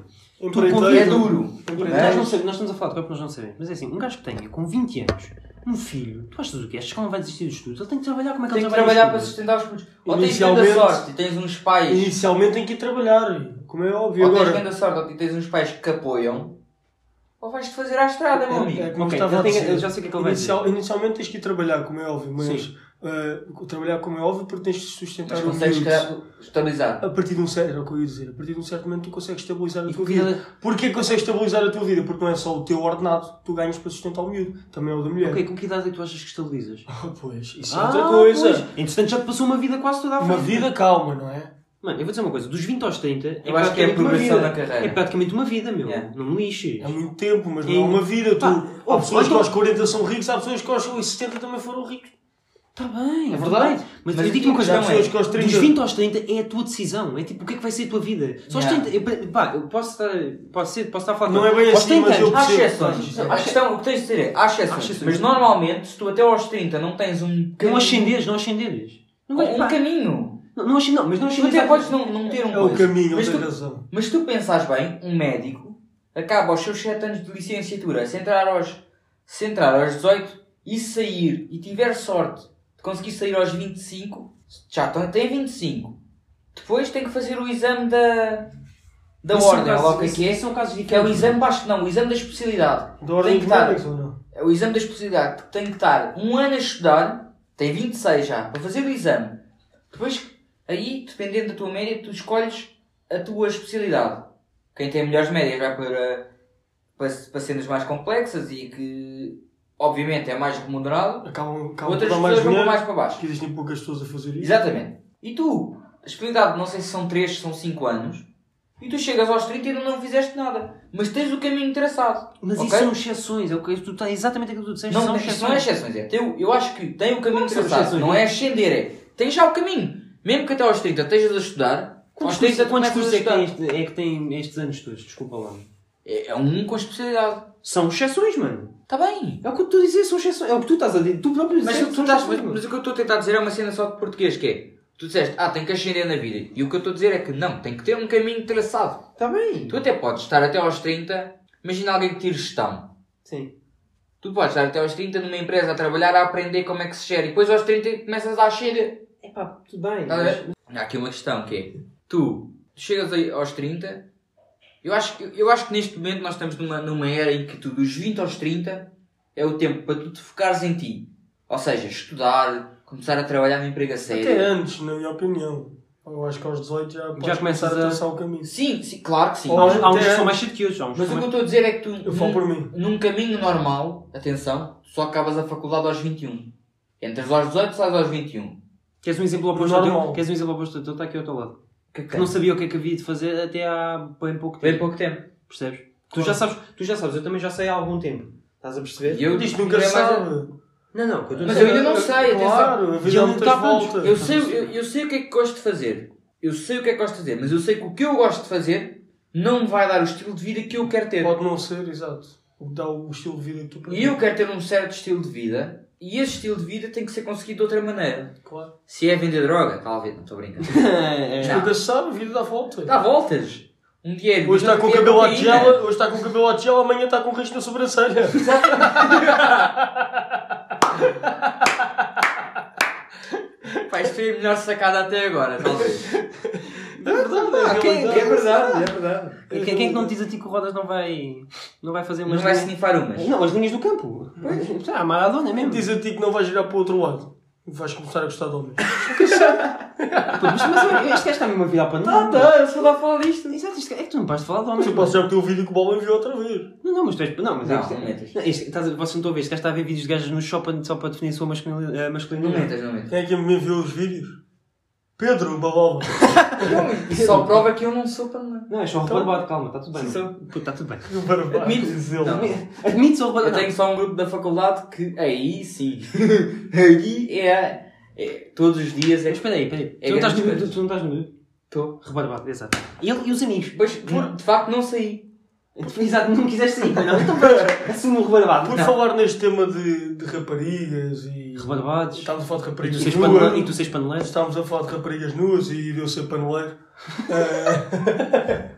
Speaker 3: Empreiteiro.
Speaker 1: convido-
Speaker 2: É duro.
Speaker 3: Empreiteiro.
Speaker 1: Nós, não
Speaker 2: é
Speaker 1: sabemos, nós estamos a falar de corpo, nós não sabemos. Mas é assim, um gajo que tenha com 20 anos um filho, tu achas o quê? Achas que ele não vai desistir dos estudos? Ele tem que trabalhar como é que
Speaker 2: Tem
Speaker 1: ele
Speaker 2: que
Speaker 1: trabalha?
Speaker 2: trabalhar para
Speaker 1: nos estudos?
Speaker 2: sustentar os putos. Ou tens grande
Speaker 3: Inicialmente-
Speaker 2: sorte e tens uns pais
Speaker 3: Inicialmente tem que ir trabalhar, como é óbvio.
Speaker 2: ou tens
Speaker 3: Agora,
Speaker 2: grande sorte ou tens uns pais que apoiam, ou vais-te fazer à estrada, meu amigo.
Speaker 3: É, é, como
Speaker 1: Ok,
Speaker 3: estava
Speaker 1: já
Speaker 3: a
Speaker 1: tenho-
Speaker 3: dizer.
Speaker 1: eu já sei o que é que ele vai
Speaker 3: inicial-
Speaker 1: dizer.
Speaker 3: inicialmente tens que ir trabalhar, como é óbvio, mas
Speaker 1: Sim.
Speaker 3: eh, trabalhar como é óbvio porque tens de sustentar
Speaker 2: Mas
Speaker 3: o
Speaker 2: consegues
Speaker 3: um miúdo.
Speaker 2: calhar, estabilizar.
Speaker 3: A partir de um certo, era o que eu ia dizer, a partir de um certo momento tu consegues estabilizar a
Speaker 1: E
Speaker 3: tua
Speaker 1: que
Speaker 3: vida.
Speaker 1: idade-
Speaker 3: Porquê consegues estabilizar a tua vida? Porque não é só o teu ordenado que tu ganhas para sustentar o miúdo, também é o da mulher.
Speaker 1: Ok, com que idade é que tu achas que estabilizas? Ah,
Speaker 3: Ah, pois, isso é outra coisa.
Speaker 1: pois. Entretanto, já te passou uma vida quase toda à frente.
Speaker 3: Uma vida calma, não é?
Speaker 1: Mano, eu vou dizer uma coisa: dos 20 aos 30 é
Speaker 2: Eu acho que é a
Speaker 1: praticamente uma
Speaker 2: progressão
Speaker 1: vida.
Speaker 2: na carreira.
Speaker 1: É um- praticamente uma vida, meu.
Speaker 2: Yeah.
Speaker 1: Não me lixes.
Speaker 3: É muito tempo, mas não
Speaker 1: E-
Speaker 3: é uma vida. Tu,
Speaker 1: Pá,
Speaker 3: há pessoas que
Speaker 1: olha-
Speaker 3: aos 40 são ricos, há pessoas que aos 70 também foram ricos.
Speaker 1: Está bem,
Speaker 2: É
Speaker 1: é
Speaker 2: verdade.
Speaker 1: verdade. Mas,
Speaker 2: Mas
Speaker 1: eu digo uma
Speaker 2: aqui
Speaker 1: coisa:
Speaker 2: já
Speaker 1: não
Speaker 2: há
Speaker 1: é.
Speaker 3: pessoas que aos 30
Speaker 1: dos 20 aos 30 é a tua decisão. É tipo, o que é que vai ser a tua vida? Só aos
Speaker 2: Yeah.
Speaker 1: 30. Eu, pá, eu posso estar, posso ser, posso estar a falar.
Speaker 3: Não
Speaker 1: com-
Speaker 3: é bem
Speaker 1: aos
Speaker 3: assim,
Speaker 1: 30
Speaker 3: mas eu
Speaker 1: anos,
Speaker 2: Há
Speaker 3: percebo.
Speaker 2: exceções.
Speaker 3: Sim.
Speaker 2: A questão, o que tens de dizer é, há
Speaker 1: Há
Speaker 2: exceções.
Speaker 1: exceções.
Speaker 2: Mas normalmente, se tu até aos 30 não tens um
Speaker 1: Não
Speaker 2: caminho...
Speaker 1: ascenderes, não ascenderes. Não, vais-
Speaker 2: Um
Speaker 1: pá,
Speaker 2: caminho.
Speaker 1: não, não ascenderes, mas não
Speaker 2: Tu
Speaker 1: ascenderes.
Speaker 2: até podes não, não ter um
Speaker 3: É o
Speaker 2: coisa.
Speaker 3: caminho, ele
Speaker 2: mas
Speaker 3: tem
Speaker 2: tu,
Speaker 3: razão.
Speaker 2: mas se tu pensares bem, um médico acaba aos seus 7 anos de licenciatura, se entrar aos, se entrar aos 18 e sair, e tiver sorte de conseguir sair aos 25, já tem- tem 25. Depois tem que fazer o exame da, da
Speaker 1: Isso são
Speaker 2: ordem,
Speaker 1: casos-
Speaker 2: ou lá o que é
Speaker 1: isso-
Speaker 2: que é.
Speaker 1: isso São casos
Speaker 2: Que é o
Speaker 1: diferentes.
Speaker 2: exame, acho que não, o exame da especialidade.
Speaker 3: Da ordem
Speaker 2: que
Speaker 3: de
Speaker 2: estar-
Speaker 3: médicos ou não?
Speaker 2: É o exame da especialidade que tem que estar um ano a estudar, tem 26 já, para fazer o exame. Depois, aí, dependendo da tua média, tu escolhes a tua especialidade. Quem tem melhores médias vai para, para, para cenas mais complexas e que, obviamente, é mais remunerado.
Speaker 3: Acabam, acabam por
Speaker 2: Outras
Speaker 3: dar mais
Speaker 2: pessoas vão para
Speaker 3: dinheiro,
Speaker 2: mais para baixo.
Speaker 3: que existem poucas pessoas a fazer isso.
Speaker 2: Exatamente. E tu, a especialidade, não sei se são 3, se são 5 anos, e tu chegas aos 30 e ainda não fizeste nada. Mas tens o caminho traçado.
Speaker 1: Mas isso
Speaker 2: ok?
Speaker 1: são exceções. É o que tu tá- exatamente aquilo que tu disseste.
Speaker 2: Não,
Speaker 1: são
Speaker 2: mas isso não é
Speaker 1: exceções.
Speaker 2: exceções. É teu, eu acho que tem o caminho
Speaker 1: que são
Speaker 2: traçado.
Speaker 1: exceções,
Speaker 2: Não
Speaker 1: não.
Speaker 2: é ascender, é. Tens já o caminho. Mesmo que até aos 30 estejas a estudar,
Speaker 1: Quantos
Speaker 2: aos
Speaker 1: cursos,
Speaker 2: 30 tu
Speaker 1: quantos
Speaker 2: começas
Speaker 1: cursos
Speaker 2: a
Speaker 1: é, que
Speaker 2: estudar.
Speaker 1: tem este- é que tem estes anos todos? Desculpa lá.
Speaker 2: É, é um com especialidade.
Speaker 1: São exceções, mano.
Speaker 2: Está bem.
Speaker 1: É o que tu dizes, são exceções. É o que tu estás a dizer. Tu próprio
Speaker 2: Mas,
Speaker 1: disseste,
Speaker 2: o que tu
Speaker 1: são
Speaker 2: estás-
Speaker 1: exceções, mano.
Speaker 2: mas o que eu estou a tentar dizer é uma cena só de português, que é... Tu disseste, ah, tem que ascender na vida. E o que eu estou a dizer é que não, tem que ter um caminho traçado.
Speaker 1: Está Tá bem.
Speaker 2: Tu até podes estar até aos 30. Imagina alguém que tira gestão.
Speaker 1: Sim.
Speaker 2: Tu podes estar até aos 30 numa empresa a trabalhar, a aprender como é que se gera e depois aos 30 começas a cheira.
Speaker 1: Epá, É tudo bem.
Speaker 2: Estás a
Speaker 1: mas-
Speaker 2: ver? Há aqui uma questão que é: tu chegas aí aos 30, eu acho, que- eu acho que neste momento nós estamos numa, numa era em que tu dos 20 aos 30 é o tempo para tu te focares em ti. Ou seja, estudar, começar a trabalhar num emprego a
Speaker 3: Até
Speaker 2: sério.
Speaker 3: antes, na minha opinião. Eu acho que aos 18 já
Speaker 1: começas
Speaker 3: podes começar a
Speaker 1: a-
Speaker 3: traçar o caminho.
Speaker 2: Sim, sim, claro que sim.
Speaker 3: Ou-
Speaker 1: Há, há uns que
Speaker 3: Até-
Speaker 1: são mais cedo que outros. há uns
Speaker 2: Mas
Speaker 1: que
Speaker 2: o
Speaker 1: são
Speaker 2: que eu
Speaker 1: mais-
Speaker 2: estou a dizer é que tu,
Speaker 3: Eu falo por mim.
Speaker 2: num caminho normal, atenção, tu só acabas a faculdade aos 21. Entras aos 18, sais aos 21.
Speaker 1: Queres um exemplo oposto ao
Speaker 3: Normal.
Speaker 1: teu? Queres um exemplo oposto ao teu? Está aqui ao teu lado.
Speaker 2: Que
Speaker 1: Que não sabia o que é que havia de fazer até há bem pouco tempo.
Speaker 2: Bem pouco tempo.
Speaker 1: Percebes? Tu
Speaker 3: Claro.
Speaker 1: já sabes, tu já sabes, eu também já sei há algum tempo. Estás a perceber?
Speaker 2: E é eu
Speaker 3: Diz nunca
Speaker 2: Mas-
Speaker 3: se sabe.
Speaker 1: Não, não, que eu estou a
Speaker 2: Mas
Speaker 1: dizer-
Speaker 2: eu ainda não sei, atenção.
Speaker 3: Claro, a
Speaker 1: E
Speaker 3: vida
Speaker 1: ele
Speaker 3: há muitas
Speaker 1: tá pronto.
Speaker 3: voltas.
Speaker 2: Eu sei, eu, eu sei o que é que gosto de fazer. Eu sei o que é que gosto de fazer, mas eu sei que o que eu gosto de fazer não me vai dar o estilo de vida que eu quero ter.
Speaker 3: Pode não ser, exato. O que dá o estilo de vida que tu
Speaker 2: E eu quero ter um certo estilo de vida, e esse estilo de vida tem que ser conseguido de outra maneira.
Speaker 3: Claro.
Speaker 2: Se é vender droga, talvez, não estou brincando.
Speaker 1: É,
Speaker 3: Mas
Speaker 1: é.
Speaker 3: nunca se sabe, a vida dá voltas.
Speaker 2: Dá voltas. Um dia é vida,
Speaker 3: Hoje está
Speaker 2: outro
Speaker 3: com o
Speaker 2: dia é
Speaker 3: cabelo à
Speaker 2: cocaína.
Speaker 3: tigela, hoje está com o cabelo à tigela, amanhã está com o risco na sobrancelha.
Speaker 2: Pá, isto foi a melhor sacada até agora, talvez.
Speaker 3: É verdade, é
Speaker 2: Ah, quem-
Speaker 3: realidade.
Speaker 2: é verdade, é verdade.
Speaker 1: Quem, quem é que não diz a ti que o Rodas não vai, não vai fazer
Speaker 2: Não
Speaker 1: umas
Speaker 2: vai
Speaker 1: linhas-
Speaker 2: snifar umas.
Speaker 1: Não, as linhas do campo. Pois. Já, a Maradona mesmo.
Speaker 3: Diz a ti que não vais girar para o outro lado. Vais começar a gostar de homens.
Speaker 1: Mas, mas olha, este gajo está mesmo a virar para nada.
Speaker 2: tá, eu só dá a falar disto.
Speaker 1: Exato, isto é que tu não pares de falar de homens.
Speaker 3: Mas eu posso já meter o vídeo que o Bola enviou outra vez.
Speaker 1: Não, não, mas tu és. Não, mas
Speaker 2: Não,
Speaker 1: é isto-
Speaker 2: não metas.
Speaker 1: Não, isto- estás a- vocês não estão a ver, este gajo está a ver vídeos de gajos no shopping só para definir a sua masculini- eh,
Speaker 2: Não
Speaker 1: masculinidade.
Speaker 2: metas, não metas.
Speaker 3: Quem é que me enviou os vídeos? Pedro Balova.
Speaker 2: Isso só prova que eu não sou para nada.
Speaker 1: Não, é só
Speaker 3: Então-
Speaker 1: rebarbado, calma, está tudo bem.
Speaker 2: Sim, sou.
Speaker 1: Puta, está tudo bem.
Speaker 3: O Barba.
Speaker 2: Admito.
Speaker 3: Diz ele.
Speaker 2: Não.
Speaker 1: Admite só
Speaker 2: Eu
Speaker 1: rebarbado.
Speaker 2: tenho só um grupo da faculdade que aí sim. aí é, é. Todos os dias é.
Speaker 1: Mas espera aí, espera aí.
Speaker 2: É
Speaker 1: tu, não estás
Speaker 2: grande
Speaker 1: no grupo,
Speaker 2: coisa.
Speaker 1: tu não estás no grupo?
Speaker 2: Estou.
Speaker 1: Rebarbado, exato. E, ele- e os amigos?
Speaker 2: Pois, por- de facto, não saí.
Speaker 1: Exato, não quiseste sair, não. Então pronto, assumo o rebarbado.
Speaker 3: Ah, Por
Speaker 1: Não.
Speaker 3: falar neste tema de, de raparigas e.
Speaker 1: Rebarbados.
Speaker 3: Estamos a falar de
Speaker 1: Tá. E tu
Speaker 3: raparigas
Speaker 1: seis
Speaker 3: nuas.
Speaker 1: panele- e tu seis paneleiros?
Speaker 3: Estamos a falar de raparigas nuas e de eu ser paneleiro. Eh,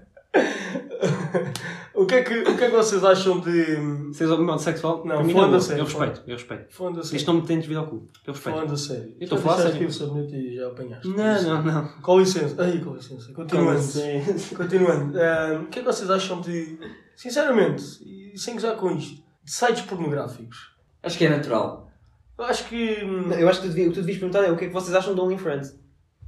Speaker 3: o, que é que, o que é que vocês acham de.
Speaker 1: Seis homem sexual?
Speaker 3: Não,
Speaker 1: para mim
Speaker 3: falando
Speaker 1: é.
Speaker 3: a sério,
Speaker 1: Eu respeito, eu respeito.
Speaker 3: Falando a sério.
Speaker 1: Isto não me tem desvido ao cu. é Eu respeito.
Speaker 3: Falando a sério.
Speaker 1: estou a falar a
Speaker 3: Deixaste
Speaker 1: sério.
Speaker 3: aqui o sabonete e já apanhaste.
Speaker 1: Não, não, não.
Speaker 3: Com licença. Ai, com licença. Continuando.
Speaker 1: Sim.
Speaker 3: Continuando. Ah, o que é que vocês acham de. Sinceramente, e sem gozar com isto, de sites pornográficos?
Speaker 2: Acho que é natural.
Speaker 3: Eu acho que. hum,
Speaker 1: Eu acho que tu devias, o que tu devias perguntar é o que é que vocês acham do OnlyFriends.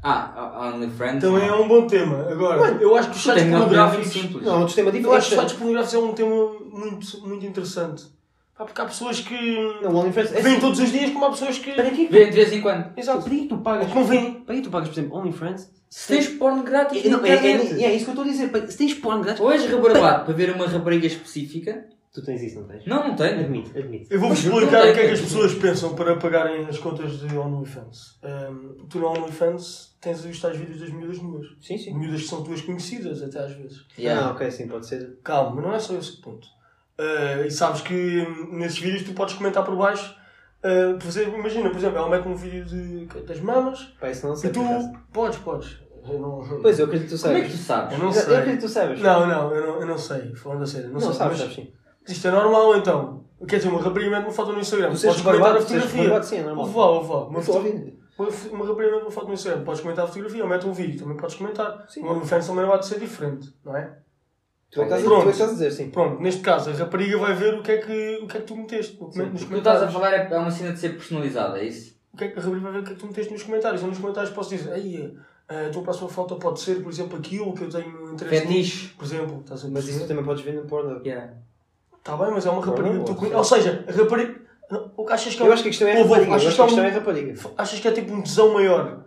Speaker 2: Ah, OnlyFriends.
Speaker 3: Também é um bom tema. Agora, eu acho que os sites
Speaker 2: Tem uma opinião muito
Speaker 3: pornográficos.
Speaker 2: simples.
Speaker 1: Não, outro tema
Speaker 3: Eu acho que os
Speaker 1: diferente.
Speaker 3: sites pornográficos é um tema muito, muito interessante. Pá, porque há pessoas que.
Speaker 1: Não, o OnlyFriends é
Speaker 3: Vêm todos os dias, como há pessoas que.
Speaker 1: Para quê?
Speaker 2: Vê de vez em quando.
Speaker 1: Exato. Para é que tu pagas?
Speaker 3: Ou que não vêm.
Speaker 1: Para que tu pagas, por exemplo, OnlyFriends?
Speaker 2: Se tens porno grátis,
Speaker 1: É, não, é, é,
Speaker 2: internet.
Speaker 1: é, é isso que eu estou a dizer. para- Se tens porno grátis.
Speaker 2: Ou és rebarbado para ver uma rapariga específica?
Speaker 1: Tu tens isso, não tens?
Speaker 2: Não, não tenho.
Speaker 1: Admite, admite.
Speaker 3: Eu vou
Speaker 2: Mas não
Speaker 3: explicar
Speaker 2: tem
Speaker 3: o que é que as
Speaker 2: tempo.
Speaker 3: pessoas pensam para pagarem as contas de OnlyFans. Hum, tu no OnlyFans tens os tais vídeos das miúdas nuas.
Speaker 1: Sim, sim.
Speaker 3: Miúdas que são tuas conhecidas, até às vezes.
Speaker 1: Ah, ok, sim, pode ser.
Speaker 3: Calma, mas não é só esse o ponto. Ah, e sabes que hum, nesses vídeos tu podes comentar por baixo. ah, por exemplo, imagina, por exemplo, ela mete um vídeo de- das mamas
Speaker 1: Pá, isso não
Speaker 3: e
Speaker 1: sei.
Speaker 3: tu
Speaker 1: por acaso.
Speaker 3: podes, podes. Eu não,
Speaker 1: Pois, eu acredito que tu
Speaker 2: Como é que
Speaker 1: sabes.
Speaker 2: tu sabes?
Speaker 3: eu não
Speaker 1: Eu acredito
Speaker 3: sei.
Speaker 1: que tu sabes.
Speaker 3: Não, não, eu não, eu não sei. Falando a sério, não,
Speaker 1: não
Speaker 3: sei.
Speaker 1: sabes,
Speaker 3: mas
Speaker 1: sabes sim.
Speaker 3: isto é normal então. Quer dizer, uma rapariga mete uma foto no Instagram.
Speaker 1: Tu
Speaker 3: podes
Speaker 1: seres
Speaker 3: comentar a
Speaker 1: barbado, tu seres
Speaker 3: fotografia.
Speaker 1: barbado, sim, é normal.
Speaker 3: Ouve lá, ouve lá. Uma
Speaker 1: Eu estou a ouvir.
Speaker 3: Uma, f- uma rapariga uma foto no Instagram, podes comentar a fotografia, ou mete um vídeo, também podes comentar.
Speaker 1: Sim.
Speaker 3: O OnlyFans também vai ser diferente, não é?
Speaker 1: Tu é que estás a- tu é
Speaker 3: Pronto.
Speaker 1: que estás a dizer, sim.
Speaker 3: Pronto, neste caso, a rapariga vai ver o que é que, o que, é que tu meteste no-
Speaker 1: Sim.
Speaker 3: nos
Speaker 2: O que tu estás a
Speaker 3: comentários.
Speaker 2: falar é é uma cena de ser personalizada, é isso?
Speaker 3: O que é que a rapariga vai ver o que é que tu meteste nos comentários. Eu nos comentários posso dizer, aí, então a tua próxima foto pode ser, por exemplo, aquilo que eu tenho interesse nisso.
Speaker 2: Fetiche.
Speaker 3: Por exemplo, estás a
Speaker 1: Mas isso tu também podes ver no porno.
Speaker 2: Yeah.
Speaker 3: Está bem, mas é uma rapariga. que tu
Speaker 1: Porra,
Speaker 3: conhe- Ou seja, a rapariga. Não, o que achas que é
Speaker 1: Eu acho que a questão é
Speaker 3: Ouve, ouve,
Speaker 1: rapariga. Eu acho que a
Speaker 3: achas que
Speaker 1: questão
Speaker 3: há
Speaker 1: é
Speaker 3: um-
Speaker 1: rapariga.
Speaker 3: Achas que é tipo um tesão maior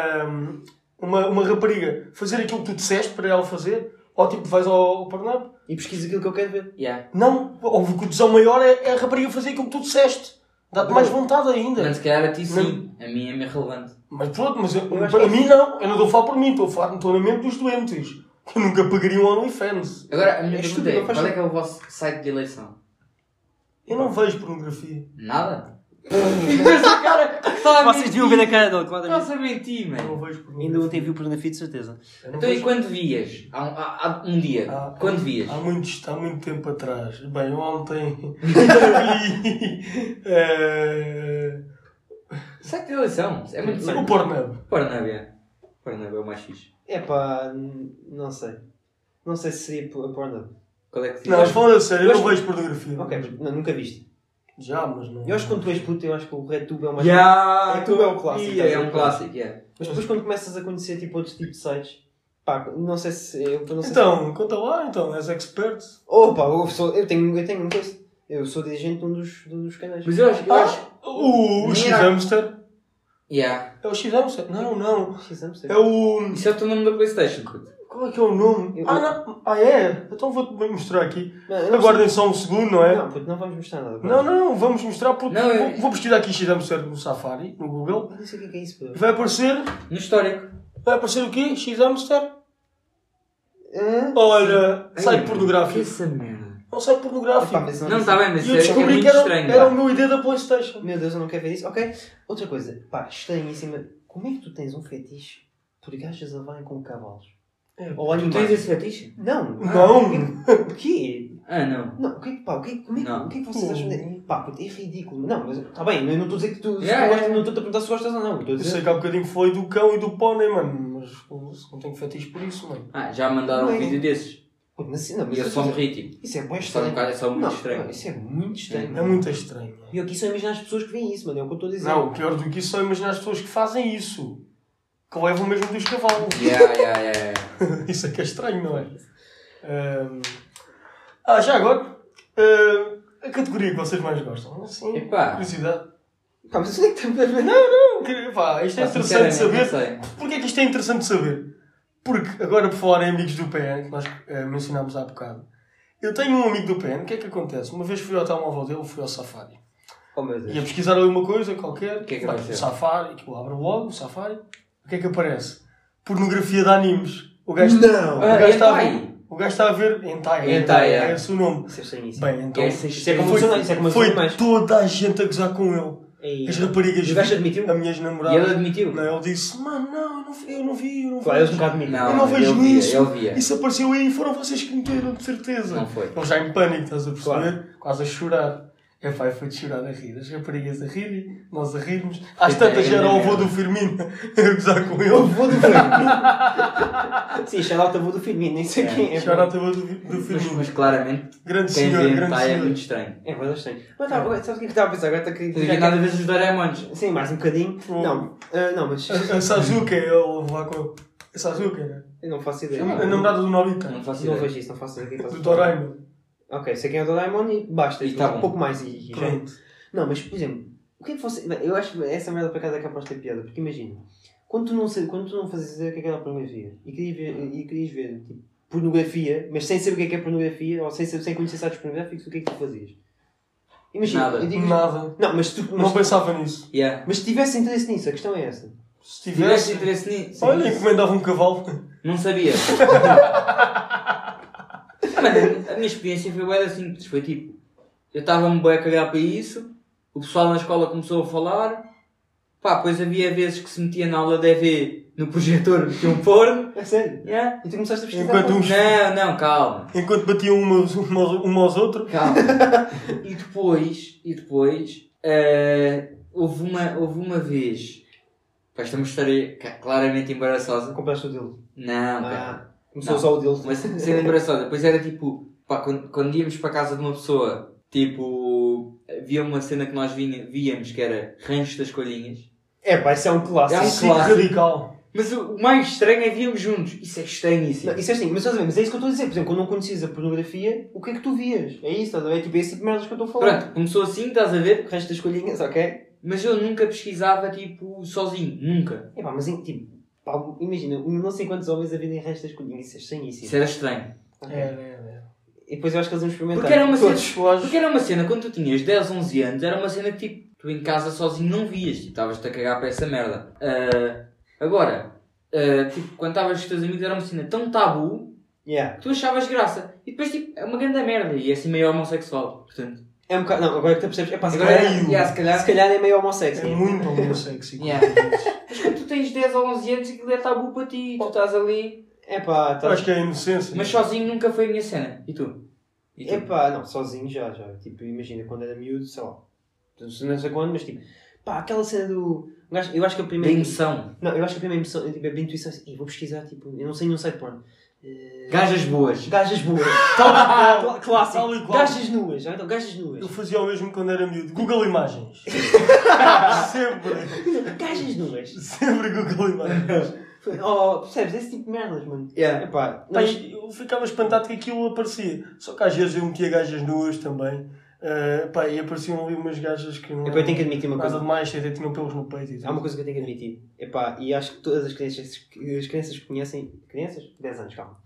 Speaker 3: ahm, uma, uma rapariga fazer aquilo que tu disseste para ela fazer? Ou tipo vais ao, ao Pornhub?
Speaker 1: E pesquisa aquilo que eu quero ver.
Speaker 2: Yeah.
Speaker 3: Não, ou o tesão maior é, é a rapariga fazer aquilo que tu disseste. Dá-te mais vontade ainda.
Speaker 2: Mas se calhar a ti sim, a mim é é-me irrelevante.
Speaker 3: Mas pronto, mas eu-
Speaker 1: Eu acho
Speaker 3: para
Speaker 1: que-
Speaker 3: mim não. Eu não estou a falar por mim, estou a falar estou na mente dos doentes. Que nunca pagariam OnlyFans.
Speaker 2: Agora, a minha
Speaker 1: É
Speaker 2: pergunta
Speaker 1: estúpido,
Speaker 2: é,
Speaker 1: não faz
Speaker 2: qual é que é o vosso site de eleição?
Speaker 3: Eu não vejo pornografia.
Speaker 2: Nada? E com essa cara que está a
Speaker 1: Vocês deviam ver tá a
Speaker 2: mentir.
Speaker 1: cara dele, claramente.
Speaker 2: Está a mentir,
Speaker 3: Eu
Speaker 2: mano.
Speaker 3: não vejo por mim.
Speaker 1: Ainda ontem viu o Pornofit, de certeza.
Speaker 3: Eu não
Speaker 2: Então e
Speaker 3: vejo.
Speaker 2: quando vias? Há um, há- há um dia.
Speaker 3: Há-
Speaker 2: quando vias?
Speaker 3: Há, muitos, há muito tempo atrás. Bem, eu ontem vi eh,
Speaker 2: Site de eleição. É muito
Speaker 3: o
Speaker 2: simples.
Speaker 3: Pornhub.
Speaker 2: Pornhub é. Pornhub é o mais fixe.
Speaker 1: É pá, não sei. Não sei se seria por- Pornhub.
Speaker 2: Qual é que
Speaker 3: Não, mas
Speaker 2: fala.
Speaker 3: falando a sério, eu
Speaker 1: Eu
Speaker 3: não
Speaker 1: acho-
Speaker 3: vejo pornografia.
Speaker 1: Ok, mas não, nunca viste.
Speaker 3: Já, mas não.
Speaker 1: Eu acho que quando tu és puto, eu acho que o RedTube é o mais.
Speaker 2: Yeah,
Speaker 1: É, tu é o clássico,
Speaker 2: Yeah,
Speaker 1: é
Speaker 2: é
Speaker 1: o
Speaker 2: um clássico, yeah.
Speaker 1: Mas depois quando começas a conhecer tipo outros tipos de sites, pá, não sei se. Eu não sei
Speaker 3: Então, conta lá, então, és expert.
Speaker 1: Se... Opa, eu, sou, eu tenho, eu tenho um coisa. Eu sou dirigente de um dos, de um dos canais.
Speaker 2: Mas eu acho. Eu acho
Speaker 3: O, o
Speaker 2: Minha-
Speaker 3: X-Hamster.
Speaker 2: yeah.
Speaker 3: É o X-Hamster? Não, não.
Speaker 1: X, não sei.
Speaker 3: É o.
Speaker 2: Isso é o teu nome da Playstation, puto.
Speaker 3: Qual é que é o nome?
Speaker 1: Eu-
Speaker 3: Ah, não. Ah, é? Então vou-te bem mostrar aqui.
Speaker 1: Não, eu não
Speaker 3: Aguardem só um segundo, não
Speaker 1: sei-
Speaker 3: é?
Speaker 1: Não, puto, não vamos mostrar nada.
Speaker 3: Não, não, vamos mostrar. Porque
Speaker 2: Não, eu-
Speaker 3: vou, vou pesquisar aqui X-Hamster no Safari, no Google.
Speaker 1: Eu Não sei o que é que é isso, puto.
Speaker 3: Vai aparecer.
Speaker 2: No histórico.
Speaker 3: Vai aparecer o quê? X-Hamster? É,
Speaker 1: Hã?
Speaker 3: Olha,
Speaker 2: Ei,
Speaker 3: site pornográfico.
Speaker 2: Essa merda.
Speaker 3: É um site pornográfico.
Speaker 1: Epá, mas
Speaker 2: Não, está bem, mas
Speaker 3: E eu
Speaker 2: é, é
Speaker 3: descobri
Speaker 2: muito
Speaker 3: que era, um-
Speaker 2: estranho.
Speaker 3: era o
Speaker 2: pá.
Speaker 3: meu ID da Playstation.
Speaker 1: Meu Deus, eu não quero ver isso. Ok. Outra coisa, pá, estranhíssima. Como é que tu tens um fetiche por gajas a levarem com cavalos?
Speaker 3: É.
Speaker 1: Ou
Speaker 2: Tu
Speaker 1: animais?
Speaker 2: tens esse fetiche?
Speaker 1: Não.
Speaker 3: Não!
Speaker 1: O quê?
Speaker 2: Ah, não.
Speaker 1: Não, o que é que, pá, o que é que, como é que-
Speaker 2: Não.
Speaker 1: o que é que vocês
Speaker 3: Pô.
Speaker 1: acham? de- Pá, puto, é ridículo. Não, mas está bem, eu não estou a dizer que tu. se
Speaker 2: Yeah,
Speaker 1: tu gostas,
Speaker 2: yeah.
Speaker 1: Não estou a perguntar se gostas ou não. Estou a
Speaker 3: Eu
Speaker 1: dizer.
Speaker 3: sei que há bocadinho foi do cão e do pônei, mano. Mas pô, não tenho fetiche por isso, mano.
Speaker 2: Ah, já mandaram
Speaker 1: Não é.
Speaker 2: um vídeo desses.
Speaker 1: Puto, mas, não, mas
Speaker 2: E eu
Speaker 1: isso-
Speaker 2: só morri, tipo.
Speaker 1: Isso é bem
Speaker 2: Só um
Speaker 1: estranho.
Speaker 2: bocado, é só muito
Speaker 1: não,
Speaker 2: estranho.
Speaker 1: não, isso é muito estranho.
Speaker 3: É muito estranho.
Speaker 1: E eu aqui só imaginar as pessoas que veem isso, mano. É o que eu estou a dizer.
Speaker 3: Não, o pior do que isso são imaginar as pessoas que fazem isso. Que levam mesmo dos cavalos.
Speaker 2: Yeah, yeah, yeah, yeah.
Speaker 3: isso é que é estranho, não é? Ahm, Ah, já agora. ah, a categoria que vocês mais gostam. Assim,
Speaker 2: Epá.
Speaker 3: curiosidade.
Speaker 1: Pá, mas onde é que estamos a ver?
Speaker 3: Não, que- pá, isto é
Speaker 2: Pá,
Speaker 3: interessante
Speaker 2: sinceramente,
Speaker 3: saber.
Speaker 2: não sei.
Speaker 3: Porquê é que isto é interessante saber? Porque, agora por falar em amigos do PN, que nós eh, mencionámos há bocado, eu tenho um amigo do PN, o que é que acontece? Uma vez fui ao telemóvel dele, fui ao Safari.
Speaker 1: Oh meu Deus.
Speaker 3: Ia pesquisar ali uma coisa qualquer,
Speaker 2: O que é que
Speaker 3: vai,
Speaker 2: apareceu?
Speaker 3: Safari, que eu abro logo, o Safari, o que é que aparece? Pornografia de animes. O gajo,
Speaker 1: Não!
Speaker 3: O
Speaker 2: Ah,
Speaker 3: gajo está a ver,
Speaker 2: hentai.
Speaker 3: o gajo está a ver Entai,
Speaker 2: Hentai, é.
Speaker 3: é esse o nome.
Speaker 1: Isso é estranhíssimo.
Speaker 3: Bem, então,
Speaker 2: Essa
Speaker 1: Isso é como
Speaker 3: foi-
Speaker 1: funciona, isso é como
Speaker 3: foi
Speaker 1: funciona mais.
Speaker 3: toda a gente a gozar com ele.
Speaker 1: E-
Speaker 3: As raparigas,
Speaker 1: O gajo admitiu?
Speaker 3: a minha
Speaker 2: E ele
Speaker 3: ex-namorada,
Speaker 2: admitiu?
Speaker 3: não, é? ele disse, mano, não, eu não, vi- eu não vi, eu não vi.
Speaker 1: Claro, eles nunca admitem.
Speaker 2: Não,
Speaker 3: Eu não vejo
Speaker 2: ele via,
Speaker 3: isso.
Speaker 2: Ele via.
Speaker 3: Isso apareceu aí e foram vocês que meteram, de certeza.
Speaker 2: Não foi.
Speaker 3: Ele já em pânico, estás a perceber? Quase a chorar. É pá, foi de chorar a rir. As raparigas a rirem, nós a rirmos. Às
Speaker 2: É,
Speaker 3: tantas
Speaker 2: é,
Speaker 3: já era
Speaker 2: é,
Speaker 3: o avô
Speaker 2: é.
Speaker 3: do Firmino a gozar com
Speaker 1: Eu
Speaker 3: ele.
Speaker 1: vou do Firmino. Sim, shout-out avô do Firmino, nem sei quem é.
Speaker 3: Chorar até o avô do, do
Speaker 2: Mas,
Speaker 3: Firmino.
Speaker 2: mas claramente,
Speaker 3: grande
Speaker 2: quem
Speaker 3: um senhor,
Speaker 2: vê
Speaker 3: grande
Speaker 2: hentai é muito
Speaker 3: senhor.
Speaker 2: estranho.
Speaker 1: É verdade estranho. Mas tá, agora, sabes o que é que estava a pensar? Agora está
Speaker 2: Não tinha nada a
Speaker 1: querido.
Speaker 2: ver com os Doraemons.
Speaker 1: Sim, mais um bocadinho.
Speaker 3: Oh.
Speaker 1: Não, ah, não, mas
Speaker 3: A, a Sazuka, eu vou lá com ele. A Sazuka, né?
Speaker 1: eu não faço
Speaker 3: A
Speaker 1: ideia.
Speaker 3: a namorada do Nobita.
Speaker 2: Não faço
Speaker 1: Não
Speaker 2: ideia.
Speaker 1: vejo isso, não faço ideia. do que é que
Speaker 3: Do
Speaker 1: faço.
Speaker 3: Doraemon.
Speaker 1: Ok, sei quem é o Doraemon e basta.
Speaker 2: E
Speaker 1: E
Speaker 2: tá
Speaker 1: um
Speaker 2: bom.
Speaker 1: pouco mais e, e já.
Speaker 3: Pronto.
Speaker 1: Não, mas por exemplo, o que é que você. Bem, Eu acho que essa merda para casa é capaz de ter piada, porque imagina, quando tu não, sei, quando tu não fazes ideia o que é que era pornografia e querias ver, e querias ver tipo, pornografia, mas sem saber o que é que é pornografia ou sem, saber- sem conhecer sites pornográficos, o que é que tu fazias? Imagina,
Speaker 2: Nada.
Speaker 1: eu digo-
Speaker 3: Nada.
Speaker 1: Não, mas tu. Mas,
Speaker 3: Não pensava nisso.
Speaker 2: Yeah.
Speaker 1: mas se tivesse interesse nisso, a questão é essa.
Speaker 3: Se
Speaker 2: Se tivesse
Speaker 3: tivesse.
Speaker 2: interesse nisso,
Speaker 3: Olha, encomendava um cavalo.
Speaker 2: não sabia. Mano, a minha experiência foi bem simples. Foi tipo, eu estava-me bem a cagar para isso, o pessoal na escola começou a falar, pá, pois havia vezes que se metia na aula de EV no projetor metia um porno.
Speaker 1: É sério.
Speaker 2: Yeah.
Speaker 1: E tu começaste a pesquisar.
Speaker 3: Enquanto um uns
Speaker 2: Não, não, calma.
Speaker 3: Enquanto batiam umas- uma, uma aos outros.
Speaker 2: Calma. e depois, e depois, eh, houve, uma, houve uma vez. Pá, esta é uma história ca- claramente embaraçosa.
Speaker 1: Compraste o dele.
Speaker 2: Não, cara.
Speaker 1: Ah, começou a usar
Speaker 2: Não.
Speaker 1: o dele.
Speaker 2: Mas sendo embaraçosa. Depois era tipo, pá, quando, quando íamos para a casa de uma pessoa, tipo, havia uma cena que nós vinha- víamos que era Rancho das Colhinhas.
Speaker 1: É pá, isso é um clássico.
Speaker 2: É um
Speaker 3: Sim,
Speaker 2: clássico.
Speaker 3: radical.
Speaker 2: Mas o o mais estranho é víamos juntos. Isso é estranhíssimo.
Speaker 1: Não, isso é assim, mas estás a ver, mas é isso que eu estou a dizer. Por exemplo, quando não conheces a pornografia, o que é que tu vias? É isso, estás a ver? É Tipo, é esse tipo de merdas que eu estou a falar.
Speaker 2: Pronto, começou assim, estás a ver?
Speaker 1: O resto das colhinhas, ok?
Speaker 2: Mas eu nunca pesquisava, tipo, sozinho. Nunca.
Speaker 1: Epá, mas em- tipo, pá, imagina, não sei quantos homens a vendem resto das colhinhas, isso é
Speaker 2: Isso
Speaker 1: estranhíssimo.
Speaker 2: era estranho.
Speaker 1: Ok.
Speaker 3: É, é,
Speaker 1: E depois eu acho que eles vão experimentar.
Speaker 2: Porque era uma cena...
Speaker 3: é. Quase.
Speaker 2: Porque era uma cena, quando tu tinhas 10, 11 anos, era uma cena que tipo, tu em casa sozinho não vias, tipo, estavas-te a cagar para essa merda. Ah, agora, ah, tipo, quando estavas com os teus amigos era uma cena tão tabu
Speaker 1: Yeah.
Speaker 2: que tu achavas graça. E depois, tipo, é uma grande merda e é assim meio homossexual, portanto.
Speaker 1: É um bocado. Não, agora que tu percebes. É pá, se
Speaker 2: Agora,
Speaker 1: calhar.
Speaker 2: yeah, se calhar-
Speaker 1: Se calhar é meio homossexo.
Speaker 3: É muito homossexy.
Speaker 2: Yeah. Mas quando tu tens 10 ou 11 anos, aquilo é tabu para ti. Tu estás ali.
Speaker 1: É pá,
Speaker 3: Eu
Speaker 1: tá.
Speaker 3: Acho que é a inocência.
Speaker 2: Mas sozinho nunca foi a minha cena. E tu? E tipo, tu?
Speaker 1: É pá, não, sozinho já, já. Tipo, imagina quando era miúdo, sei lá. Não sei não sei quando, mas tipo. Pá, aquela cena do. um gajo- Eu acho que a
Speaker 2: Da
Speaker 1: primeira.
Speaker 2: emoção.
Speaker 1: Não, eu acho que a primeira impressão, tipo, a minha intuição é assim, "Ei, vou pesquisar, tipo, eu não sei nenhum site porno. Eh,
Speaker 2: Gajas boas.
Speaker 1: Gajas boas.
Speaker 3: Tal e qual.
Speaker 1: Cla- Clássico.
Speaker 3: Tal e qual.
Speaker 1: tipo, Gajas nuas. Ah, então, gajas nuas.
Speaker 3: Eu fazia o mesmo quando era miúdo. Google Imagens. sempre.
Speaker 1: Gajas nuas.
Speaker 3: Sempre Google Imagens.
Speaker 1: Oh, percebes? Esse tipo de merdas, mano.
Speaker 2: Yeah.
Speaker 1: Epá,
Speaker 3: Pá,
Speaker 1: mas...
Speaker 3: e eu ficava espantado que aquilo aparecia. Só que às vezes eu metia gajas nuas também. Ah, pá, e apareciam ali umas gajas que não.
Speaker 1: Epá, eu tenho É que admitir uma
Speaker 3: Nada
Speaker 1: coisa.
Speaker 3: demais, até tinham pelos no peito e
Speaker 1: Há
Speaker 3: tudo.
Speaker 1: uma coisa que eu tenho que admitir. Epá, e acho que todas as crianças, que- as crianças que conhecem... Crianças? 10 anos, calma.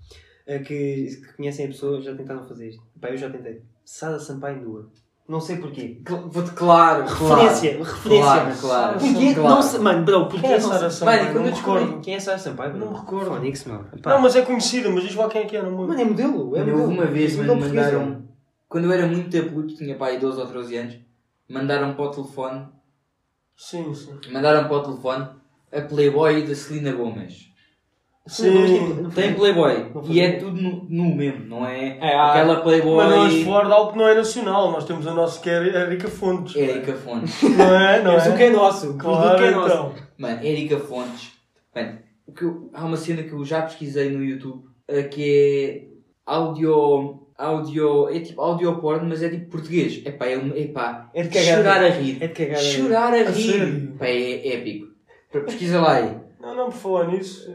Speaker 1: Eh, Que, que conhecem a pessoa já tentaram fazer isto. Epá, eu já tentei. Sara Sampaio nua. Não sei porquê.
Speaker 2: Cl- Vou-te, claro, claro.
Speaker 1: Referência, referência.
Speaker 2: Claro, claro.
Speaker 1: Porquê?
Speaker 2: Claro.
Speaker 1: Não sei, mano, bro, porquê
Speaker 3: Quem é
Speaker 1: não sei?
Speaker 3: Sara Sampaio?
Speaker 2: Mano, quando
Speaker 3: Não
Speaker 2: eu
Speaker 3: me
Speaker 2: descobri-
Speaker 3: recordo.
Speaker 1: Quem é Sara Sampaio? bro?
Speaker 3: Não me recordo.
Speaker 1: Phonics, meu. Epá.
Speaker 3: Não, mas é conhecida, mas diz lá quem é que era. Mano.
Speaker 1: Mano, é modelo. É
Speaker 2: Mano,
Speaker 1: modelo.
Speaker 2: houve uma vez,
Speaker 1: Modelo
Speaker 2: mano,
Speaker 1: portuguesa.
Speaker 2: mandaram. Quando eu era muito puto, tinha pai 12 ou 13 anos, mandaram para o telefone,
Speaker 3: Sim, sim.
Speaker 2: mandaram para o telefone a Playboy da Celina Gomes.
Speaker 1: Sim.
Speaker 3: Sim.
Speaker 2: Tem Playboy
Speaker 1: Não foi
Speaker 2: e é
Speaker 1: bom.
Speaker 2: tudo nu, nu mesmo, não é?
Speaker 1: É, ah,
Speaker 2: aquela Playboy.
Speaker 3: Mas nós fora de algo que não é nacional, nós temos a nossa que é Erika Fontes.
Speaker 2: Erika Fontes.
Speaker 3: Não é? Não
Speaker 1: Temos
Speaker 3: é?
Speaker 1: o que é nosso. Claro, o
Speaker 3: Claro,
Speaker 1: que é nosso.
Speaker 3: então.
Speaker 2: Mano, Erika Fontes. Mano, o que eu- há uma cena que eu já pesquisei no YouTube eh, que é audio. audio. é tipo audio porno, mas é tipo português. Epá, é, um- epá,
Speaker 1: É de cagar.
Speaker 2: chorar a rir.
Speaker 1: É de cagar.
Speaker 2: Chorar a
Speaker 3: A
Speaker 2: rir.
Speaker 3: sério?
Speaker 2: Pá, é épico. Pesquisa lá aí.
Speaker 3: Não, não, por falar nisso.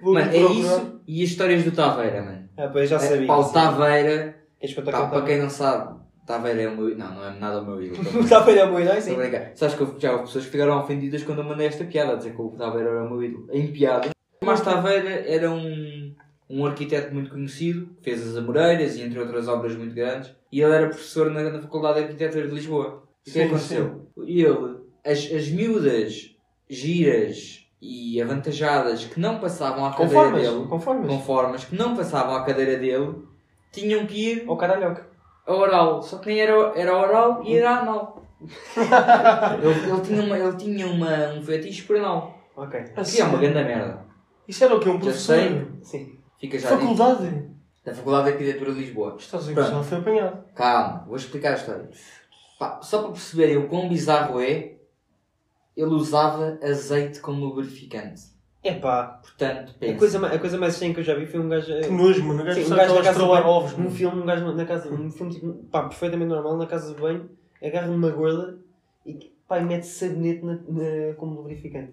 Speaker 3: Vou
Speaker 2: Mano, é
Speaker 3: procurar.
Speaker 2: isso e as histórias do Taveira, mano.
Speaker 1: Ah, pois já
Speaker 2: É,
Speaker 1: sabia.
Speaker 2: Paulo Taveira,
Speaker 1: É espetacular.
Speaker 2: pá,
Speaker 1: Tá,
Speaker 2: para quem não sabe, Taveira é o meu. Não, não é nada o meu ídolo.
Speaker 1: O Taveira é bom, não é? Sim.
Speaker 2: Estou a brincar. Sabes que eu- já houve pessoas que ficaram ofendidas quando eu mandei esta piada, a dizer que o Taveira era o meu ídolo. Em piada. Mas Taveira era um, um arquiteto muito conhecido, que fez as Amoreiras e entre outras obras muito grandes, e ele era professor na, na Faculdade de Arquitetura de Lisboa. E o que
Speaker 3: Sim,
Speaker 2: aconteceu? Ele, as, as miúdas giras e avantajadas que não passavam à cadeira
Speaker 1: Conformas.
Speaker 2: dele,
Speaker 1: Conformas.
Speaker 2: conformas, que não passavam à cadeira dele, tinham que ir
Speaker 1: Ou caralhoca.
Speaker 2: a oral, só que nem era, era oral e era anal. ele, ele tinha, uma, ele tinha uma, um fetiche por anal.
Speaker 1: Ok.
Speaker 2: Que é uma grande merda.
Speaker 3: Isso era o quê? Um
Speaker 2: Já
Speaker 3: professor?
Speaker 2: sei.
Speaker 1: Sim.
Speaker 2: Fica já dito.
Speaker 3: Faculdade?
Speaker 2: Da Faculdade de Arquitetura de Lisboa.
Speaker 3: Estás a
Speaker 2: Pronto.
Speaker 3: gozar, foi apanhado.
Speaker 2: Calma, vou explicar a história. Pá, só para perceberem o quão bizarro é, ele usava azeite como lubrificante.
Speaker 1: Epá,
Speaker 2: Portanto,
Speaker 1: a
Speaker 2: pensa.
Speaker 1: coisa, ma- a coisa mais estranha que eu já vi foi um gajo.
Speaker 2: É.
Speaker 1: eh,
Speaker 3: Que nojo, mano. O gajo
Speaker 1: Sim, um
Speaker 3: sabe que
Speaker 1: gajo na
Speaker 3: elas
Speaker 1: casa de
Speaker 3: trabalham ovos,
Speaker 1: banho. Num
Speaker 3: mano.
Speaker 1: filme, um gajo na casa. Num filme, tipo, pá, perfeitamente normal, na casa de banho, agarra uma gorda e, pá, e mete sabonete na, na- como lubrificante.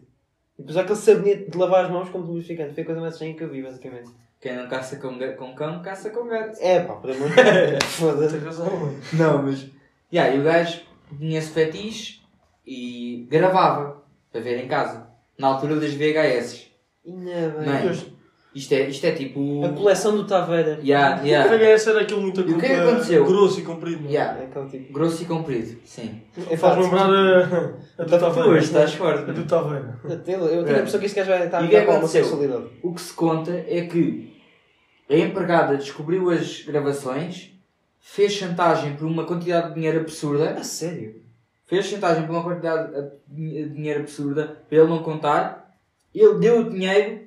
Speaker 1: E depois há aquele sabonete de lavar as mãos como lubrificante. Foi a coisa mais estranha que eu vi, basicamente.
Speaker 2: Quem não caça com, ga- com cão, caça com gato.
Speaker 1: É, pá, por amor de Deus.
Speaker 3: Tens
Speaker 1: Foda-se.
Speaker 3: razão, mano.
Speaker 2: Não, mas. Yeah, e o gajo tinha esse fetiche e gravava para ver em casa. Na altura das VHS.
Speaker 1: Ainda bem.
Speaker 2: Mãe.
Speaker 3: Deus.
Speaker 2: Isto é, isto é tipo.
Speaker 1: A coleção do Taveira.
Speaker 2: Yeah,
Speaker 3: O
Speaker 2: yeah,
Speaker 3: VHS era aquilo muito
Speaker 2: E o que é que
Speaker 3: agru-
Speaker 2: aconteceu?
Speaker 3: grosso e comprido, mano.
Speaker 2: yeah.
Speaker 1: É aquele tipo.
Speaker 2: Grosso e comprido, sim.
Speaker 1: É
Speaker 3: Faz
Speaker 1: fácil.
Speaker 3: lembrar a, a do
Speaker 2: Tu tipo, tá hoje
Speaker 3: Taveira.
Speaker 2: estás forte.
Speaker 3: A
Speaker 2: mano.
Speaker 3: do Taveira.
Speaker 1: Eu tenho a impressão que este gajo vai estar
Speaker 2: E
Speaker 1: a
Speaker 2: o que
Speaker 1: virar
Speaker 2: é que
Speaker 1: para a
Speaker 2: aconteceu?
Speaker 1: homossexualidade.
Speaker 2: O que se conta é que a empregada descobriu as gravações, fez chantagem por uma quantidade de dinheiro absurda,
Speaker 1: A sério?
Speaker 2: fez chantagem por uma quantidade a- de dinheiro absurda para ele não contar, ele deu o dinheiro,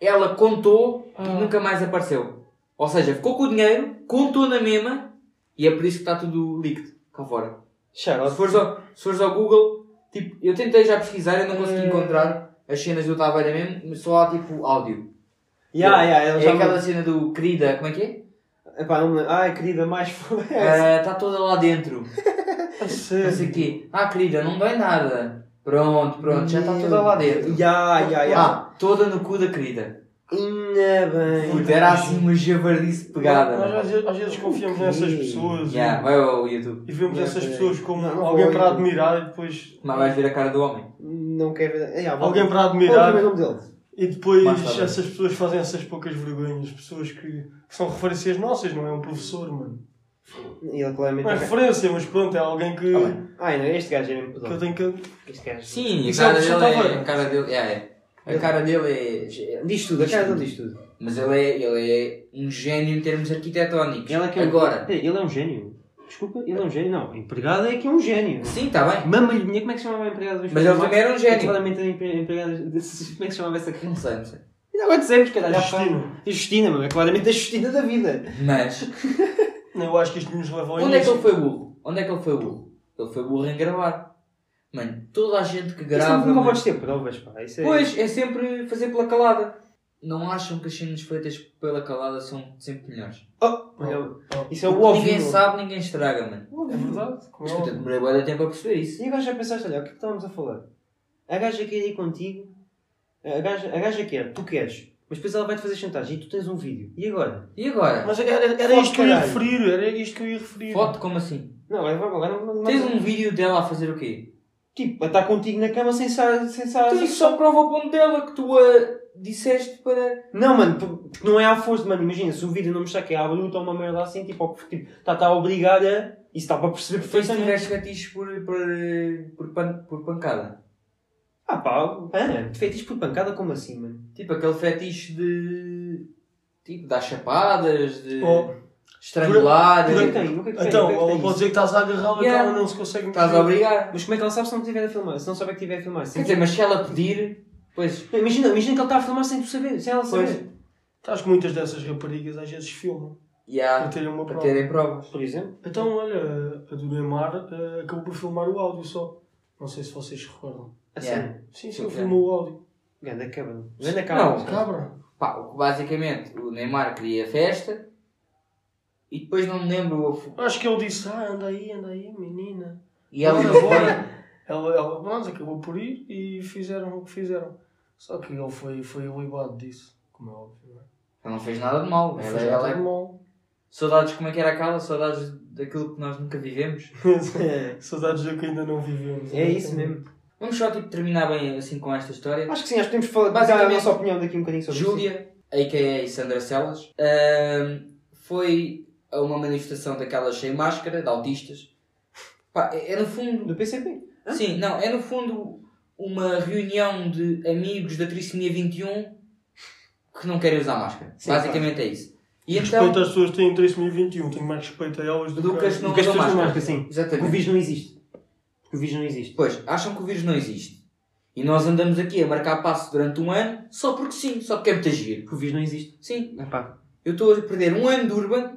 Speaker 2: ela contou e
Speaker 3: Ah.
Speaker 2: nunca mais apareceu. Ou seja, ficou com o dinheiro, contou na mesma e é por isso que está tudo líquido cá fora. Se
Speaker 1: Xarote.
Speaker 2: fores, ao, se fores ao Google, tipo, eu tentei já pesquisar, eu não consegui
Speaker 1: Hum.
Speaker 2: encontrar as cenas do Taveira mesmo, mas só há tipo áudio.
Speaker 1: Ya, ya,
Speaker 2: É
Speaker 1: ele já me-
Speaker 2: aquela cena do querida, como é que é?
Speaker 1: Epá, não me lembro. Ai, querida, mais foda. é
Speaker 2: Ah, Está toda lá dentro.
Speaker 3: A
Speaker 2: Não sei o
Speaker 3: sério.
Speaker 2: quê. Ah, querida, não dói nada. Pronto, pronto, já está toda lá dentro.
Speaker 1: Ya, ya, ya.
Speaker 2: Ah, toda no cu da querida.
Speaker 1: Ainda bem.
Speaker 2: Puta, era assim uma javardice pegada.
Speaker 3: Nós às
Speaker 2: mano.
Speaker 3: vezes, às vezes confiamos nessas
Speaker 1: Ok.
Speaker 3: pessoas
Speaker 2: Yeah, vai ao YouTube.
Speaker 3: e vemos
Speaker 1: Yeah,
Speaker 3: essas
Speaker 1: peraí.
Speaker 3: pessoas como
Speaker 1: Não, não
Speaker 3: alguém
Speaker 1: vou
Speaker 3: para
Speaker 1: ao YouTube.
Speaker 3: admirar e depois.
Speaker 2: Mas vais ver a cara do homem.
Speaker 1: Não quero ver. Ya, vou-
Speaker 3: Alguém para
Speaker 1: Qual é o
Speaker 3: admirar
Speaker 1: primeiro nome dele?
Speaker 3: e depois
Speaker 2: Mais tarde.
Speaker 3: essas pessoas fazem essas poucas vergonhas. Pessoas que, que são referências nossas, não é um professor, mano.
Speaker 1: Ele
Speaker 3: Não é
Speaker 1: claramente.
Speaker 3: referência, mas pronto, é alguém que,
Speaker 2: Ah, bem.
Speaker 1: Ai, não, este gajo é mesmo
Speaker 3: que eu
Speaker 1: pedófilo.
Speaker 3: tenho que.
Speaker 1: Este gajo.
Speaker 2: Sim, a
Speaker 3: Isso é o
Speaker 2: cara
Speaker 3: que já
Speaker 2: dele é.
Speaker 3: estava.
Speaker 2: A cara dele, yeah, é. A cara dele é.
Speaker 1: Diz tudo, a cara dele diz tudo.
Speaker 2: Mas ele é, ele é um gênio em termos arquitetónicos.
Speaker 1: Ele é que é um-
Speaker 2: Agora,
Speaker 1: Ei, Ele é um gênio. Desculpa, ele é um gênio. Não, empregado é que é um gênio.
Speaker 2: Sim, está bem.
Speaker 1: Mama-lhe dinheiro, como é que se chamava a empregada dos
Speaker 2: Mas ele também era um gênio.
Speaker 1: Claramente a empre- empregada. de- Como é que se chamava essa
Speaker 2: Não
Speaker 1: criança?
Speaker 2: sei, não sei.
Speaker 1: Ainda agora dissemos, caralho,
Speaker 3: Justina.
Speaker 1: Justina. Justina, mano, é claramente a Justina da vida.
Speaker 2: Mas,
Speaker 3: Não, Eu acho que isto nos leva ao
Speaker 2: onde é que
Speaker 3: início.
Speaker 2: ele foi burro? Onde é que ele foi burro? Ele foi burro em gravar. Mano, toda a gente que
Speaker 1: Isso
Speaker 2: grava.
Speaker 1: nunca
Speaker 2: mano,
Speaker 1: podes ter provas, pá. Isso é...
Speaker 2: Pois, é sempre fazer pela calada. Não acham que as cenas feitas pela calada são sempre melhores?
Speaker 1: Olha,
Speaker 3: Oh,
Speaker 1: Isso é o óbvio.
Speaker 2: Ninguém sabe, ninguém estraga, mano.
Speaker 3: É verdade. como
Speaker 2: Mas
Speaker 3: é
Speaker 2: puta,
Speaker 3: óbvio.
Speaker 2: demorei bué de tempo a perceber isso.
Speaker 1: E agora já pensaste, olha, o que é que estávamos a falar? A gaja quer ir contigo, a gaja, a gaja quer, tu queres, mas depois ela vai-te fazer chantagem e tu tens um vídeo. E agora?
Speaker 2: E agora?
Speaker 3: Mas era, era
Speaker 1: Foda-se,
Speaker 3: isto que eu ia
Speaker 1: caralho.
Speaker 3: referir. Era isto que eu ia referir.
Speaker 2: Foto, como assim?
Speaker 1: Não, agora, agora não, não, não-
Speaker 2: Tens um vídeo dela a fazer o quê?
Speaker 1: Tipo, a estar contigo na cama sem sa sem sa
Speaker 2: Então isso só prova o ponto dela que tu a disseste para.
Speaker 1: Não, mano, por- porque não é à força, mano. Imagina, se o vídeo não mostrar que é à bruta ou uma merda assim, tipo, ou que, tipo, está tá obrigada, isso está para perceber
Speaker 2: Foi se
Speaker 1: perfeitamente.
Speaker 2: tiveste fetiches por, por, por, pan- por pancada.
Speaker 1: Ah pá, ah, feitiço por pancada, como assim, mano?
Speaker 2: Tipo aquele fetiche de. Tipo, dar chapadas, de.
Speaker 3: Oh,
Speaker 2: estrangular.
Speaker 1: Nunca
Speaker 2: de-
Speaker 1: que tem, nunca que tem.
Speaker 3: então,
Speaker 1: nunca que tem
Speaker 3: ela pode
Speaker 1: isso.
Speaker 3: dizer que estás a agarrá-la e
Speaker 2: Yeah.
Speaker 3: ela não se consegue
Speaker 2: Estás a
Speaker 3: mexer.
Speaker 2: obrigar.
Speaker 1: Mas como é que ela sabe se não estiver a filmar? Se não souber que estiver a filmar? Se-
Speaker 2: Quer dizer, mas se ela pedir, pois.
Speaker 1: Não, Imagina, imagina que ele está a filmar sem tu saber, sem ela
Speaker 2: Pois.
Speaker 1: saber.
Speaker 3: Estás que muitas dessas raparigas às vezes filmam
Speaker 2: E
Speaker 3: para
Speaker 2: há
Speaker 3: terem uma
Speaker 2: Ah. para
Speaker 3: prova.
Speaker 2: terem provas.
Speaker 1: Por exemplo,
Speaker 3: Então, olha, a do Neymar eh, acabou por filmar o áudio só. Não sei se vocês se recordam.
Speaker 1: assim,
Speaker 2: Yeah.
Speaker 3: Sim,
Speaker 2: Sim, é.
Speaker 3: sim, filmou o áudio.
Speaker 1: ganda cabra. Ganda
Speaker 2: Não.
Speaker 1: cabra.
Speaker 3: Cabra.
Speaker 2: Pá, o que basicamente o Neymar queria festa e depois não me lembro. o fu-
Speaker 3: Acho que ele disse, ah, anda aí, anda aí, menina.
Speaker 2: E ela
Speaker 3: Bora,
Speaker 2: não foi.
Speaker 3: bora. Ela, ela pronto, acabou por ir e fizeram o que fizeram. Só que ele foi, foi libado disso, como é óbvio. não é?
Speaker 2: Ela não fez nada de mal.
Speaker 3: Não
Speaker 2: Ela,
Speaker 3: fez
Speaker 2: ela
Speaker 3: nada de
Speaker 2: é...
Speaker 3: mal.
Speaker 2: Saudades, como é que era aquela? Saudades daquilo que nós nunca vivemos.
Speaker 3: Saudades do que ainda não Então, vivemos.
Speaker 1: É isso mesmo.
Speaker 2: Vamos só tipo, terminar bem assim com esta história.
Speaker 1: Acho que sim, acho que temos que falar dar a
Speaker 2: Basicamente,
Speaker 1: nossa opinião daqui um bocadinho Ah, sobre isso.
Speaker 2: Júlia, a.k.a. Sandra Celas, ahm, foi a uma manifestação daquelas sem máscara, de autistas. Pá, é, é no fundo.
Speaker 1: Do PCP. Hã?
Speaker 2: Sim, não, é no fundo uma reunião de amigos da Trissomia 21 que não querem usar máscara.
Speaker 1: Sim,
Speaker 2: Basicamente é isso. E
Speaker 3: Respeito
Speaker 2: então,
Speaker 3: às pessoas que têm 2021, tenho mais respeito a elas do,
Speaker 2: Do que
Speaker 3: que
Speaker 2: as não
Speaker 1: Porque as pessoas
Speaker 2: usam
Speaker 1: não
Speaker 2: máscara.
Speaker 1: marcam assim. O
Speaker 2: Exatamente.
Speaker 1: vírus não existe. O vírus não existe.
Speaker 2: Pois, acham que o vírus não existe. E nós andamos aqui a marcar passo durante um ano só porque sim, só porque é muito giro.
Speaker 1: O vírus não existe.
Speaker 2: Sim,
Speaker 1: Epá,
Speaker 2: eu estou a perder um ano de Urban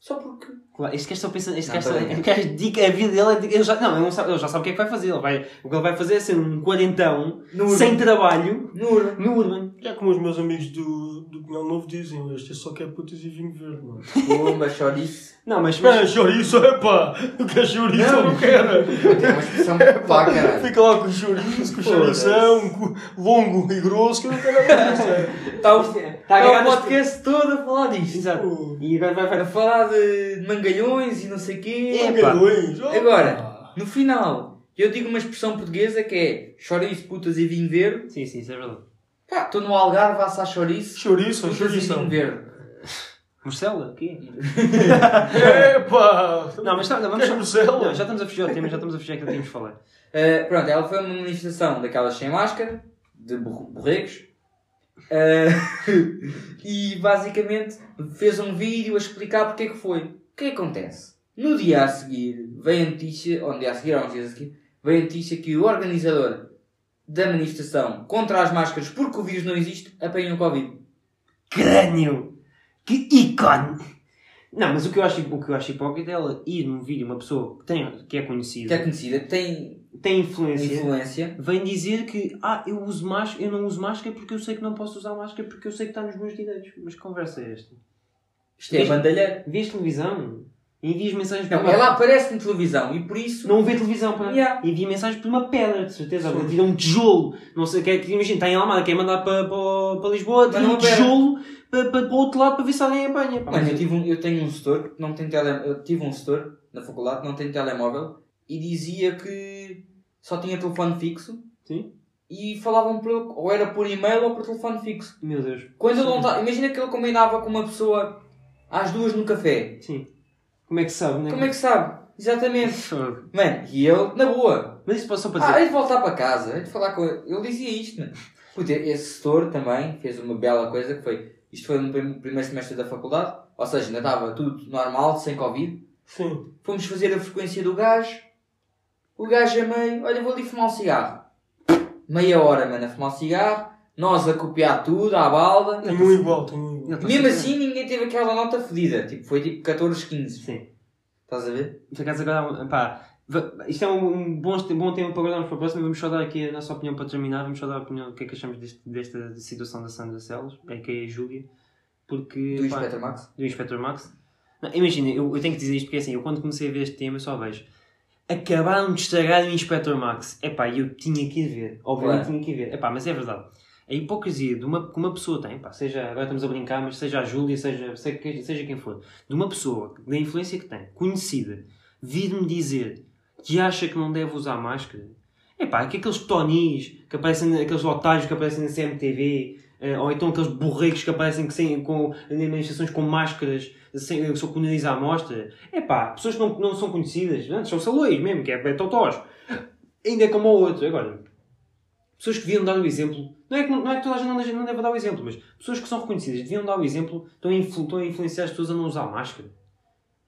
Speaker 2: só porque.
Speaker 1: claro, este gajo só pensa. Este
Speaker 2: Não,
Speaker 1: gajo
Speaker 2: tá
Speaker 1: só-
Speaker 2: bem.
Speaker 1: este gajo dica a vida dele. é dica- Ele já, não, ele, não sabe, ele já sabe o que é que vai fazer. Ele vai, o que ele vai fazer é ser um quarentão,
Speaker 2: No Urban.
Speaker 1: sem trabalho,
Speaker 2: No Urban.
Speaker 1: no Urban.
Speaker 3: Já é como os meus amigos do, do Pinhal Novo dizem, este é só quer putas e vinho verde, é? mano.
Speaker 2: Bomba, só disse.
Speaker 1: Não, mas. mas-
Speaker 3: Não, É, chouriço, epá! O que é chouriço
Speaker 2: Não.
Speaker 3: eu não quero!
Speaker 2: Tem uma expressão
Speaker 1: Ah,
Speaker 2: pá, caralho.
Speaker 3: Fica lá com o chouriço, com o
Speaker 1: Foda-se.
Speaker 3: chourição, com- longo e grosso, que eu não quero nada disso. é.
Speaker 2: Está o,
Speaker 1: Tá a
Speaker 2: tá o
Speaker 1: ganhar nas-
Speaker 2: podcast todo a falar disto.
Speaker 1: Exato.
Speaker 3: Pô,
Speaker 1: E agora vai, vai,
Speaker 2: A falar de de mangalhões e não sei o quê.
Speaker 1: É, pá.
Speaker 3: Galhões! Oh.
Speaker 2: Agora, no final, eu digo uma expressão portuguesa que é chouriço, putas e vinho verde.
Speaker 1: Sim, sim, isso é verdade.
Speaker 2: Pá, estou no Algarve, vá-se à chouriço,
Speaker 3: Chouriço, é
Speaker 2: putas e vinho
Speaker 3: chouriço!
Speaker 2: verde.
Speaker 1: Marcela, o quê?
Speaker 3: Epá!
Speaker 2: Então,
Speaker 1: Não, mas tá, não, vamos
Speaker 3: Queres Marcelo?
Speaker 1: Não, já estamos a fugir ao tema, já estamos a fugir àquilo que tínhamos de falar.
Speaker 2: Ah, pronto, ela foi uma manifestação daquelas sem máscara, de borre- borregos. Ah, e basicamente fez um vídeo a explicar porque é que foi. O que é que acontece? No dia a seguir, veio a notícia, ou no dia a seguir, ou uns dias a seguir, veio a notícia que o organizador da manifestação contra as máscaras porque o vírus não existe apanhou o Covid.
Speaker 1: Crânio! Que ícone! Não, mas o que eu acho, o que eu acho hipócrita é ela ir num vídeo, uma pessoa que, tem, que é
Speaker 2: Que é
Speaker 1: conhecida,
Speaker 2: conhecida, tem
Speaker 1: tem influência,
Speaker 2: influência.
Speaker 1: vem dizer que ah, eu uso máscara, eu não uso máscara porque eu sei que não posso usar máscara porque eu sei que está nos meus direitos. Mas que conversa é esta?
Speaker 2: Isto é
Speaker 1: Vês-
Speaker 2: bandalheiro.
Speaker 1: Vês televisão? Envias mensagens
Speaker 2: Não,
Speaker 1: uma-
Speaker 2: ela aparece na televisão e por isso.
Speaker 1: Não vê televisão, pá.
Speaker 2: Yeah.
Speaker 1: Envia mensagens por uma pedra, de certeza. Alguém Tira um tijolo. Não sei, quer, imagina, está em Almada, quer mandar para, para, para Lisboa, tira
Speaker 2: Manda
Speaker 1: um
Speaker 2: uma pedra.
Speaker 1: tijolo para, para, para o outro lado para ver se alguém apanha. pá.
Speaker 2: Mano, eu, tive um- eu tenho um setor que não tem tele, eu tive um setor na faculdade que não tem telemóvel e dizia que só tinha telefone fixo
Speaker 1: Sim.
Speaker 2: e falavam por ele, ou era por e-mail ou por telefone fixo.
Speaker 1: Meu Deus.
Speaker 2: Quando ele não tá, imagina que ele combinava com uma pessoa às duas no café.
Speaker 1: Sim. Como é que sabe, né? é
Speaker 2: Como é que sabe? Exatamente.
Speaker 1: Fogo.
Speaker 2: Mano, e ele, na boa.
Speaker 1: Mas isso passou para
Speaker 2: Ah,
Speaker 1: dizer.
Speaker 2: hei de voltar para casa, hei de falar com ele. Ele dizia isto, mano. Puta, esse setor também fez uma bela coisa que foi. Isto foi no prim- primeiro semestre da faculdade, ou seja, ainda estava tudo normal, sem Covid.
Speaker 3: Sim.
Speaker 2: Fomos fazer a frequência do gajo. O gajo a meio, olha, vou ali fumar um cigarro. Meia hora, mano, a fumar um cigarro. Nós a copiar tudo, à balda.
Speaker 3: Tenho um igual, tenho um igual.
Speaker 1: é Não.
Speaker 2: Mesmo assim, ninguém teve aquela nota fodida. Tipo, foi tipo 14, 15.
Speaker 1: Sim.
Speaker 2: Estás a ver?
Speaker 1: Por acaso agora, pá, va- isto é um, um bom, este- bom tema para guardarmos para a próxima. Vamos só dar aqui a nossa opinião para terminar. Vamos só dar a opinião do que é que achamos deste- desta situação da Sandra Celos, é que é a Júlia. Porque.
Speaker 2: Do
Speaker 1: pá,
Speaker 2: Inspector Max.
Speaker 1: do Inspector Max. Não, Imagina, eu, eu tenho que dizer isto porque assim, eu quando comecei a ver este tema eu só vejo. Acabaram de estragar o Inspector Max. Epá, eu tinha que ir ver. Obviamente
Speaker 2: Claro.
Speaker 1: tinha que ir ver. Epá, mas é verdade. A hipocrisia de uma, que uma pessoa tem, pá, seja, agora estamos a brincar, mas seja a Júlia, seja, seja, quem- seja quem for, de uma pessoa, da influência que tem, conhecida, vir-me dizer que acha que não deve usar máscara. Epá, que aqueles tonis que aparecem, aqueles otários que aparecem na CMTV, eh, ou então aqueles borregos que aparecem que sem, com, em manifestações com máscaras, sem, eh, só com o nariz à amostra. É pá, pessoas que não, não são conhecidas, não, são salões mesmo, que é, é totós. Ainda é como o outro. Agora, pessoas que deviam dar o exemplo, não é que, não é que toda a gente não, deve- não deve dar o exemplo, mas pessoas que são reconhecidas deviam dar o exemplo, estão a, influ, estão a influenciar as pessoas a não usar máscara.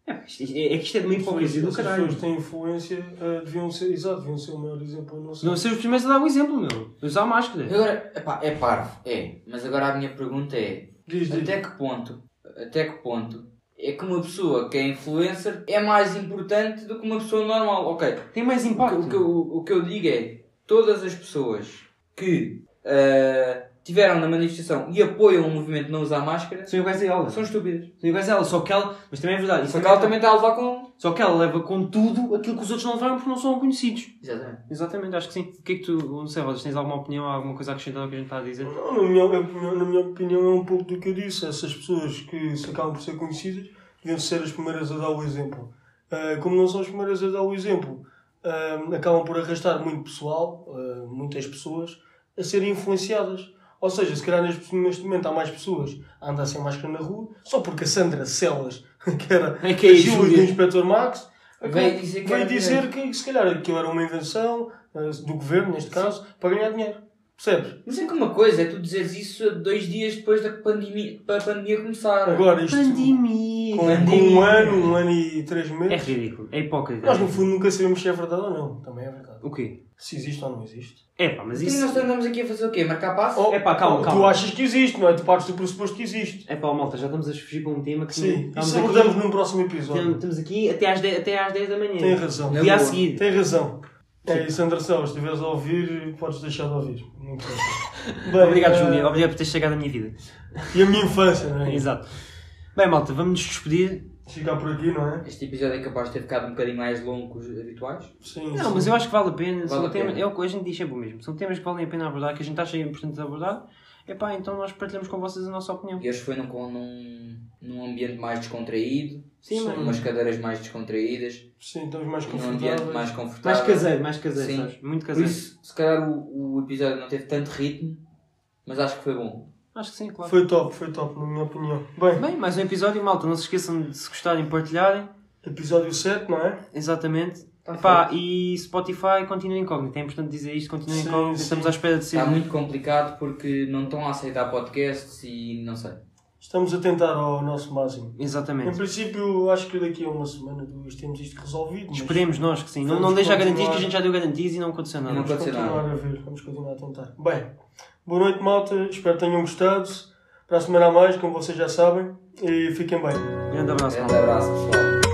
Speaker 1: É, pá, isto- é, é que isto é de uma hipocrisia do
Speaker 3: As
Speaker 1: caralho.
Speaker 3: pessoas que têm influência eh, deviam ser, exato, deviam ser o maior exemplo. eu Não sei.
Speaker 1: Não ser os primeiros a dar o exemplo, meu. Usar máscara.
Speaker 2: Agora, epá, é parvo, é. Mas agora a minha pergunta é:
Speaker 3: Diz, diz.
Speaker 2: Até que ponto? Até que ponto? É que uma pessoa que é influencer é mais importante do que uma pessoa normal. Ok.
Speaker 1: Tem mais impacto.
Speaker 2: O que, eu- o que eu digo é todas as pessoas que ah, tiveram na manifestação e apoiam o movimento de não usar máscara
Speaker 1: São iguais a ela.
Speaker 2: são estúpidas.
Speaker 1: São iguais a ela, só que ela. Mas também é verdade. isso
Speaker 2: Só que
Speaker 1: também-
Speaker 2: ela também está a levar com. um.
Speaker 1: Só que ela leva com tudo aquilo que os outros não levaram porque não são conhecidos.
Speaker 2: Exatamente.
Speaker 1: Exatamente, acho que sim. O que é que tu, não sei, Rodas, tens alguma opinião, alguma coisa a acrescentar ao que a gente está a dizer?
Speaker 3: Não, na, minha opinião, na minha opinião, é um pouco do que eu disse. Essas pessoas que se acabam por ser conhecidas deviam ser as primeiras a dar o exemplo. Ah, como não são as primeiras a dar o exemplo, ah, acabam por arrastar muito pessoal, ah, muitas pessoas, a serem influenciadas. Ou seja, se calhar neste neste momento há mais pessoas a andar sem máscara na rua, só porque a Sandra Celas, que era
Speaker 1: É que é
Speaker 3: a
Speaker 1: isso,
Speaker 3: Júlia do Inspector Max,
Speaker 2: Veio dizer que
Speaker 3: veio
Speaker 2: era
Speaker 3: dizer que se calhar aquilo era uma invenção ah, do governo, neste caso, para ganhar dinheiro. Percebes?
Speaker 2: Mas é que uma coisa é tu dizeres isso dois dias depois da pandemia, para a pandemia começar.
Speaker 3: Agora, isto
Speaker 1: Pandemia!
Speaker 3: com, com um ano, um ano e três meses,
Speaker 1: É ridículo, é hipócrita.
Speaker 3: nós no fundo nunca sabemos se é verdade ou não. Também é verdade.
Speaker 1: O quê?
Speaker 3: Se existe ou não existe.
Speaker 1: É pá, mas
Speaker 2: E Então, nós
Speaker 1: isso.
Speaker 2: andamos aqui a fazer o quê? Marcar passo?
Speaker 3: Ou-
Speaker 1: Epá, É calma,
Speaker 3: ou
Speaker 1: calma.
Speaker 3: Tu achas que existe, não é? Tu partes do pressuposto que existe.
Speaker 1: É pá, malta, já estamos a fugir para um tema que
Speaker 3: Sim,
Speaker 1: estamos
Speaker 3: isso é abordamos
Speaker 1: aqui,
Speaker 3: num próximo episódio.
Speaker 1: estamos aqui até às 10, até às 10 da manhã.
Speaker 3: Tem razão.
Speaker 1: Dia a
Speaker 2: Boa.
Speaker 1: seguir.
Speaker 3: Tem razão. É isso, André Sá, se estiveres a ouvir, podes deixar de ouvir. Não interessa. Bem,
Speaker 1: Obrigado,
Speaker 3: eh,
Speaker 1: Júlia, obrigado por teres chegado à minha vida.
Speaker 3: E a minha infância, não é?
Speaker 1: Exato. Bem, malta, vamos nos despedir.
Speaker 3: Ficar por aqui, não é?
Speaker 2: Este episódio é capaz de ter ficado um bocadinho mais longo que os habituais.
Speaker 3: Sim.
Speaker 1: Não, mas eu acho que vale a pena. São
Speaker 2: Vale a
Speaker 1: temas-
Speaker 2: pena.
Speaker 1: É o que a gente diz sempre o mesmo. São temas que valem a pena abordar, que a gente acha importante abordar. É pá, então nós partilhamos com vocês a nossa opinião.
Speaker 2: E hoje foi num, con- num, num ambiente mais descontraído,
Speaker 1: Sim,
Speaker 3: Sim.
Speaker 1: mas-
Speaker 2: umas cadeiras mais descontraídas,
Speaker 3: Sim, estamos mais
Speaker 2: num ambiente
Speaker 3: confortáveis.
Speaker 2: mais confortável.
Speaker 1: Mais caseiro, mais caseiro,
Speaker 2: Sim.
Speaker 1: sabes? Muito
Speaker 2: Por
Speaker 1: caseiro.
Speaker 2: isso, se calhar o, o episódio não teve tanto ritmo, mas acho que foi bom.
Speaker 1: Acho que sim, claro.
Speaker 3: Foi top, foi top, na minha opinião. Bem,
Speaker 1: Bem, mais um episódio, malta. Não se esqueçam de se gostarem, partilharem.
Speaker 3: episódio 7, não é?
Speaker 1: Exatamente.
Speaker 2: Tá
Speaker 1: Epá, e Spotify continua incógnito. É importante dizer isto, continua
Speaker 3: Sim,
Speaker 1: incógnito.
Speaker 3: sim.
Speaker 1: Estamos à espera de ser.
Speaker 2: Está Tá muito complicado porque não estão a aceitar podcasts e não sei.
Speaker 3: Estamos a tentar ao nosso máximo. Em
Speaker 1: Exatamente.
Speaker 3: princípio, acho que daqui a uma semana, duas, temos isto resolvido. mas
Speaker 1: Esperemos nós que sim. Não,
Speaker 3: Vamos
Speaker 1: não deixa
Speaker 3: continuar.
Speaker 1: garantias que a gente já deu garantias e não aconteceu nada.
Speaker 2: Não
Speaker 3: Vamos
Speaker 2: aconteceu
Speaker 3: continuar
Speaker 2: nada.
Speaker 3: a ver, vamos continuar a tentar. Bem, boa noite, malta. Espero que tenham gostado. Para a semana a mais, como vocês já sabem. E fiquem bem.
Speaker 1: Grande abraço,
Speaker 2: Grande
Speaker 1: malta.
Speaker 2: abraço, pessoal.